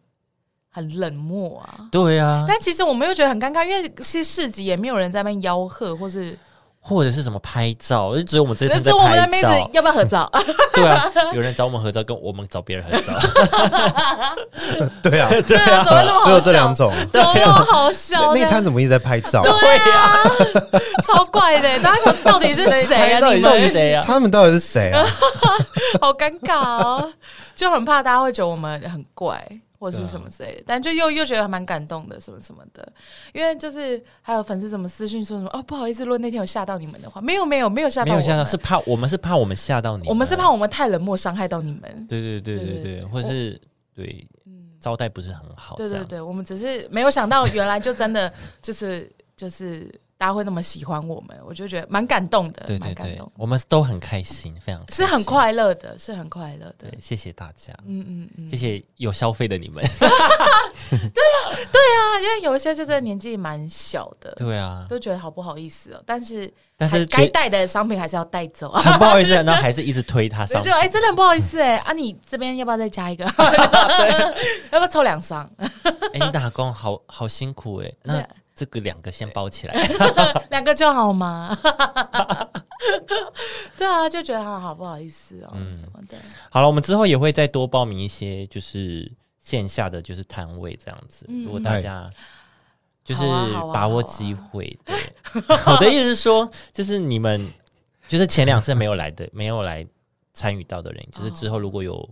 S3: 很冷漠啊？
S1: 对啊，
S3: 但其实我们又觉得很尴尬，因为其实市集也没有人在那边吆喝，或是
S1: 或者是什么拍照，就只有我们这一
S3: 那
S1: 天在
S3: 就我们的
S1: 拍
S3: 妹子
S1: 照。
S3: 要不要合照？
S1: 对啊，有人找我们合照，跟我们找别人合照。
S2: 对啊，
S3: 对啊， 怎么会那么好笑？
S2: 只有这两，种。
S3: 怎么那么好笑？
S2: 那一摊怎么一直在拍照？
S3: 对啊，超怪的，大家想到底是谁啊？你
S1: 到底
S3: 们
S1: 是谁啊？
S2: 他们到底是谁啊？
S3: 好尴尬哦，就很怕大家会觉得我们很怪。或是什么之类的，但就又又觉得还蛮感动的，什么什么的，因为就是还有粉丝什么私讯说什么哦，不好意思，如果那天有吓到你们的话，没有没有没有吓到
S1: 没
S3: 我
S1: 有吓
S3: 们，
S1: 到，是怕我们是怕我们吓到你，
S3: 我们是怕。我们太冷漠伤害到你们，
S1: 对对对对
S3: 对对
S1: 对，
S3: 对
S1: 或者是对招待不是很好，
S3: 对
S1: 这
S3: 对
S1: 样
S3: 对，我们只是没有想到，原来就真的就是就是大家会那么喜欢我们，我就觉得蛮感动的，
S1: 对
S3: 蛮
S1: 对
S3: 感
S1: 对
S3: 动，，
S1: 我们都很开心，非常开
S3: 是
S1: 心
S3: 很。快乐的，是很快乐的
S1: 对。，谢谢大家，
S3: 嗯嗯嗯，
S1: 谢谢有消费的你们。
S3: 啊，因为有一些就真的年纪蛮小的，
S1: 对啊，
S3: 都觉得好不好意思哦。但是
S1: 但是
S3: 还该
S1: 觉
S3: 带的商品还是要带走 啊。
S1: 很不好意思，那还是一直推他
S3: 就
S1: 上
S3: 觉。得哎、真的很不好意思哎、啊，你这边要不要再加一个？ 要不要抽两双？
S1: 哎，你打工好好辛苦哎，那
S3: 对啊
S1: 这个两个先包起来。
S3: 两个就好吗？ 对啊，就觉得好好不好意思哦，
S1: 嗯
S3: 什么的。
S1: 好了，我们之后也会再多报名一些，就是线下的就是摊位这样子。如果大家就是
S3: 嗯好啊好啊
S1: 把握机会，对，我的意思是说，就是你们就是前两次没有来的，没有来参与到的人，就是之后如果有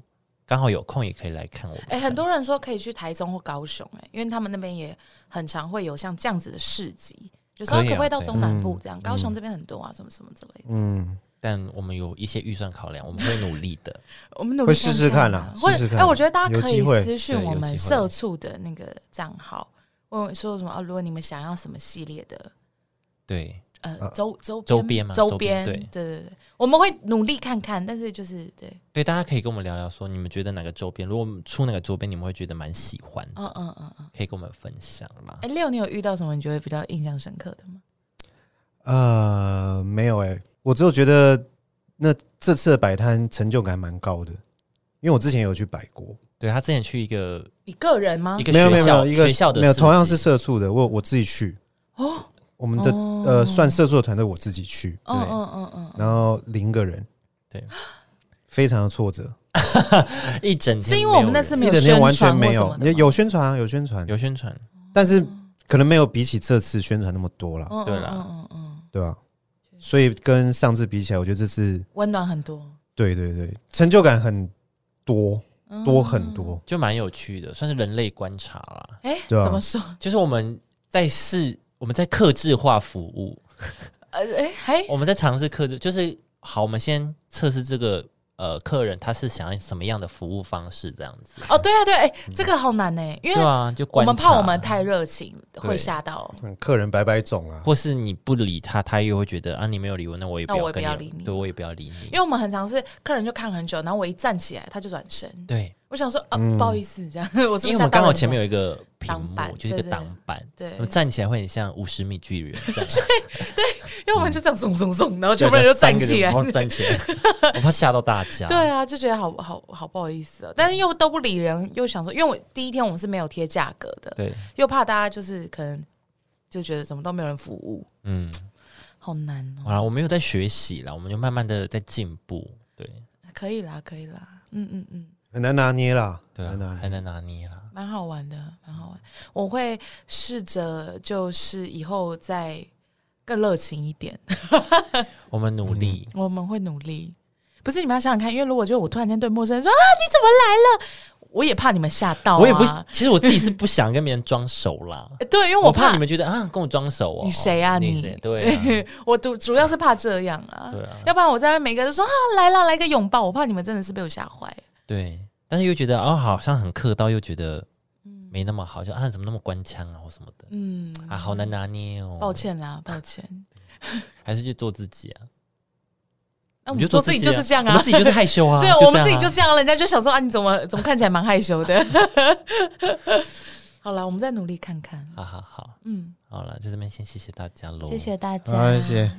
S1: 刚好有空，也可以来看我们。
S3: 哎、很多人说可以去台中或高雄、哎，因为他们那边也很常会有像这样子的市集，就说
S1: 可
S3: 可
S1: 以啊
S3: 不可以到
S1: 可以
S3: 中南部这样？高雄这边很多啊，什么什么之类的。
S2: 嗯，
S1: 但我们有一些预算考量，我们会努力的。
S3: 我们努
S2: 会
S3: 力
S2: 试试看啦啊
S3: 或
S2: 试
S3: 者
S2: 试看
S3: 哎、我觉得大家可
S2: 有
S3: 以
S2: 机会
S3: 私讯
S1: 对有
S3: 我
S1: 机
S3: 们
S1: 会
S3: 社畜的那个账号，问我说什么哦，如果你们想要什么系列的
S1: 对，
S2: 啊
S3: 呃周周
S1: 周边
S3: 边
S1: 嘛周
S3: 周
S1: 边
S3: 边，
S1: 对
S3: 对对对，我们会努力看看，但是就是对，
S1: 对，大家可以跟我们聊聊，说你们觉得哪个周边，如果我们出哪个周边，你们会觉得蛮喜欢，
S3: 嗯嗯嗯嗯。
S1: 可以跟我们分享啦。
S3: 哎，六，你有遇到什么你觉得比较印象深刻的吗？
S2: 呃，没有哎、我只有觉得那这次的摆摊成就感蛮高的，因为我之前有去摆过，
S1: 对他之前去一个、
S3: 你个人吗
S1: 一？个
S2: 没有
S1: 学
S2: 没有没
S1: 校
S2: 有一个
S1: 学校的
S2: 没有，
S1: 市
S2: 同样
S1: 集
S2: 是社畜的，我我自己去，
S3: 哦，
S2: 我们的、呃算社畜的团队我自己去，
S3: 嗯
S1: 对
S3: 嗯嗯嗯嗯，
S2: 然后零个人，
S1: 对，
S2: 非常的挫折，
S1: 一整天没有人，
S3: 是因为我们那次没
S2: 一
S3: 有
S2: 整天完全
S3: 宣传或
S2: 没
S3: 什
S2: 有
S3: 么，的
S2: 有
S3: 吗
S2: 有宣传啊有宣传，
S1: 有宣传，
S2: 但是可能没有比起这次宣传那么多了，
S3: 嗯
S1: 对
S3: 嗯
S1: 啦
S3: 嗯嗯嗯，
S2: 对吧、所以跟上次比起来，我觉得这次
S3: 温暖很多，
S2: 对对对，成就感很多
S3: 嗯
S2: 多很。多，
S1: 就蛮有趣的，算是人类观察啦。
S3: 哎，
S2: 对啊
S3: 怎么说？
S1: 就是我们在试，我们在克制化服务，
S3: 呃，哎，还
S1: 我们在尝试克制，就是好，我们先测试这个呃客人他是想要什么样的服务方式，这样子。
S3: 哦，对啊，对，哎，
S2: 嗯
S3: 这个好难呢，因
S1: 对
S3: 为
S1: 啊，就
S3: 我
S1: 观察
S3: 们怕我们，太热情
S1: 对
S3: 会吓到。
S2: 嗯客人百百种啊，
S1: 或是你不理他，他又会觉得啊你没有理我，那我也
S3: 那我也
S1: 跟
S3: 不要理你
S1: 对我也不要理
S3: 因
S1: 你
S3: 为。我们很常是客人就看很久，然后我一站起来，他就转身。
S1: 对，
S3: 我想说啊，
S2: 嗯
S3: 不好意思，这样 我是不是
S1: 因为我们
S3: 吓到
S1: 刚好
S3: 你
S1: 前面
S3: 了
S1: 有一嗯个屏
S3: 挡
S1: 幕，
S3: 板
S1: 就是一个
S3: 对对
S1: 挡板，
S3: 对
S1: 我们站起来会很像五十米巨人 啊这样，
S3: 因为我们就这样怂怂怂，然后全部人就站起来
S1: 然。后站起来， 我怕吓到大家。
S3: 对啊，就觉得好好好不好意思哦，但是又都不理人，又想说，因为我第一天我们是没有贴价格的，
S1: 对，
S3: 又怕大家就是可能就觉得怎么都没有人服务，
S1: 嗯，
S3: 好难哦。
S1: 好啦，我们有在学习啦，我们就慢慢的在进步。对
S3: 可以啦，可以啦，嗯嗯嗯，
S2: 很难拿捏啦，
S1: 对
S2: 很
S1: 啊，
S2: 难拿
S1: 还
S2: 捏。
S1: 能拿捏啦。
S3: 蛮好玩的，蛮好玩。我会试着就是以后再更热情一点，
S1: 我们努力，
S3: 我们会努力。不是你们要想想看，因为如果就我突然间对陌生人说啊你怎么来了，我也怕你们吓到、啊，，
S1: 我也不，其实我自己是不想跟别人装熟啦
S3: 呃 对，因为
S1: 我
S3: 怕
S1: 怕你们觉得啊，跟我装熟哦，
S3: 你谁啊你
S1: 谁对啊
S3: 我主主要是怕这样 啊，
S1: 对啊
S3: 要不然我在外面每个人说啊来了来个拥抱，我怕你们真的是被我吓坏。
S1: 对，但是又觉得哦，好像很客套，又觉得没那么好，就啊怎么那么官腔啊或什么的
S3: 嗯，
S1: 啊，好难拿捏哦。
S3: 抱，歉啦，抱歉。
S1: 还是去做自己啊。
S3: 那我
S1: 你
S3: 们做自己
S1: 就
S3: 就是这样
S1: 我
S3: 啊
S1: 们，自己就是害羞啊。
S3: 对，
S1: 这
S3: 我们
S1: 样
S3: 自己
S1: 啊
S3: 就这样了，人家就想说啊，你怎么怎么看起来蛮害羞的？ 好了，我们再努力看看。
S1: 好好好，
S3: 嗯，
S1: 好了，在这边先谢谢大家喽，
S3: 谢谢大家，
S2: 好，谢谢。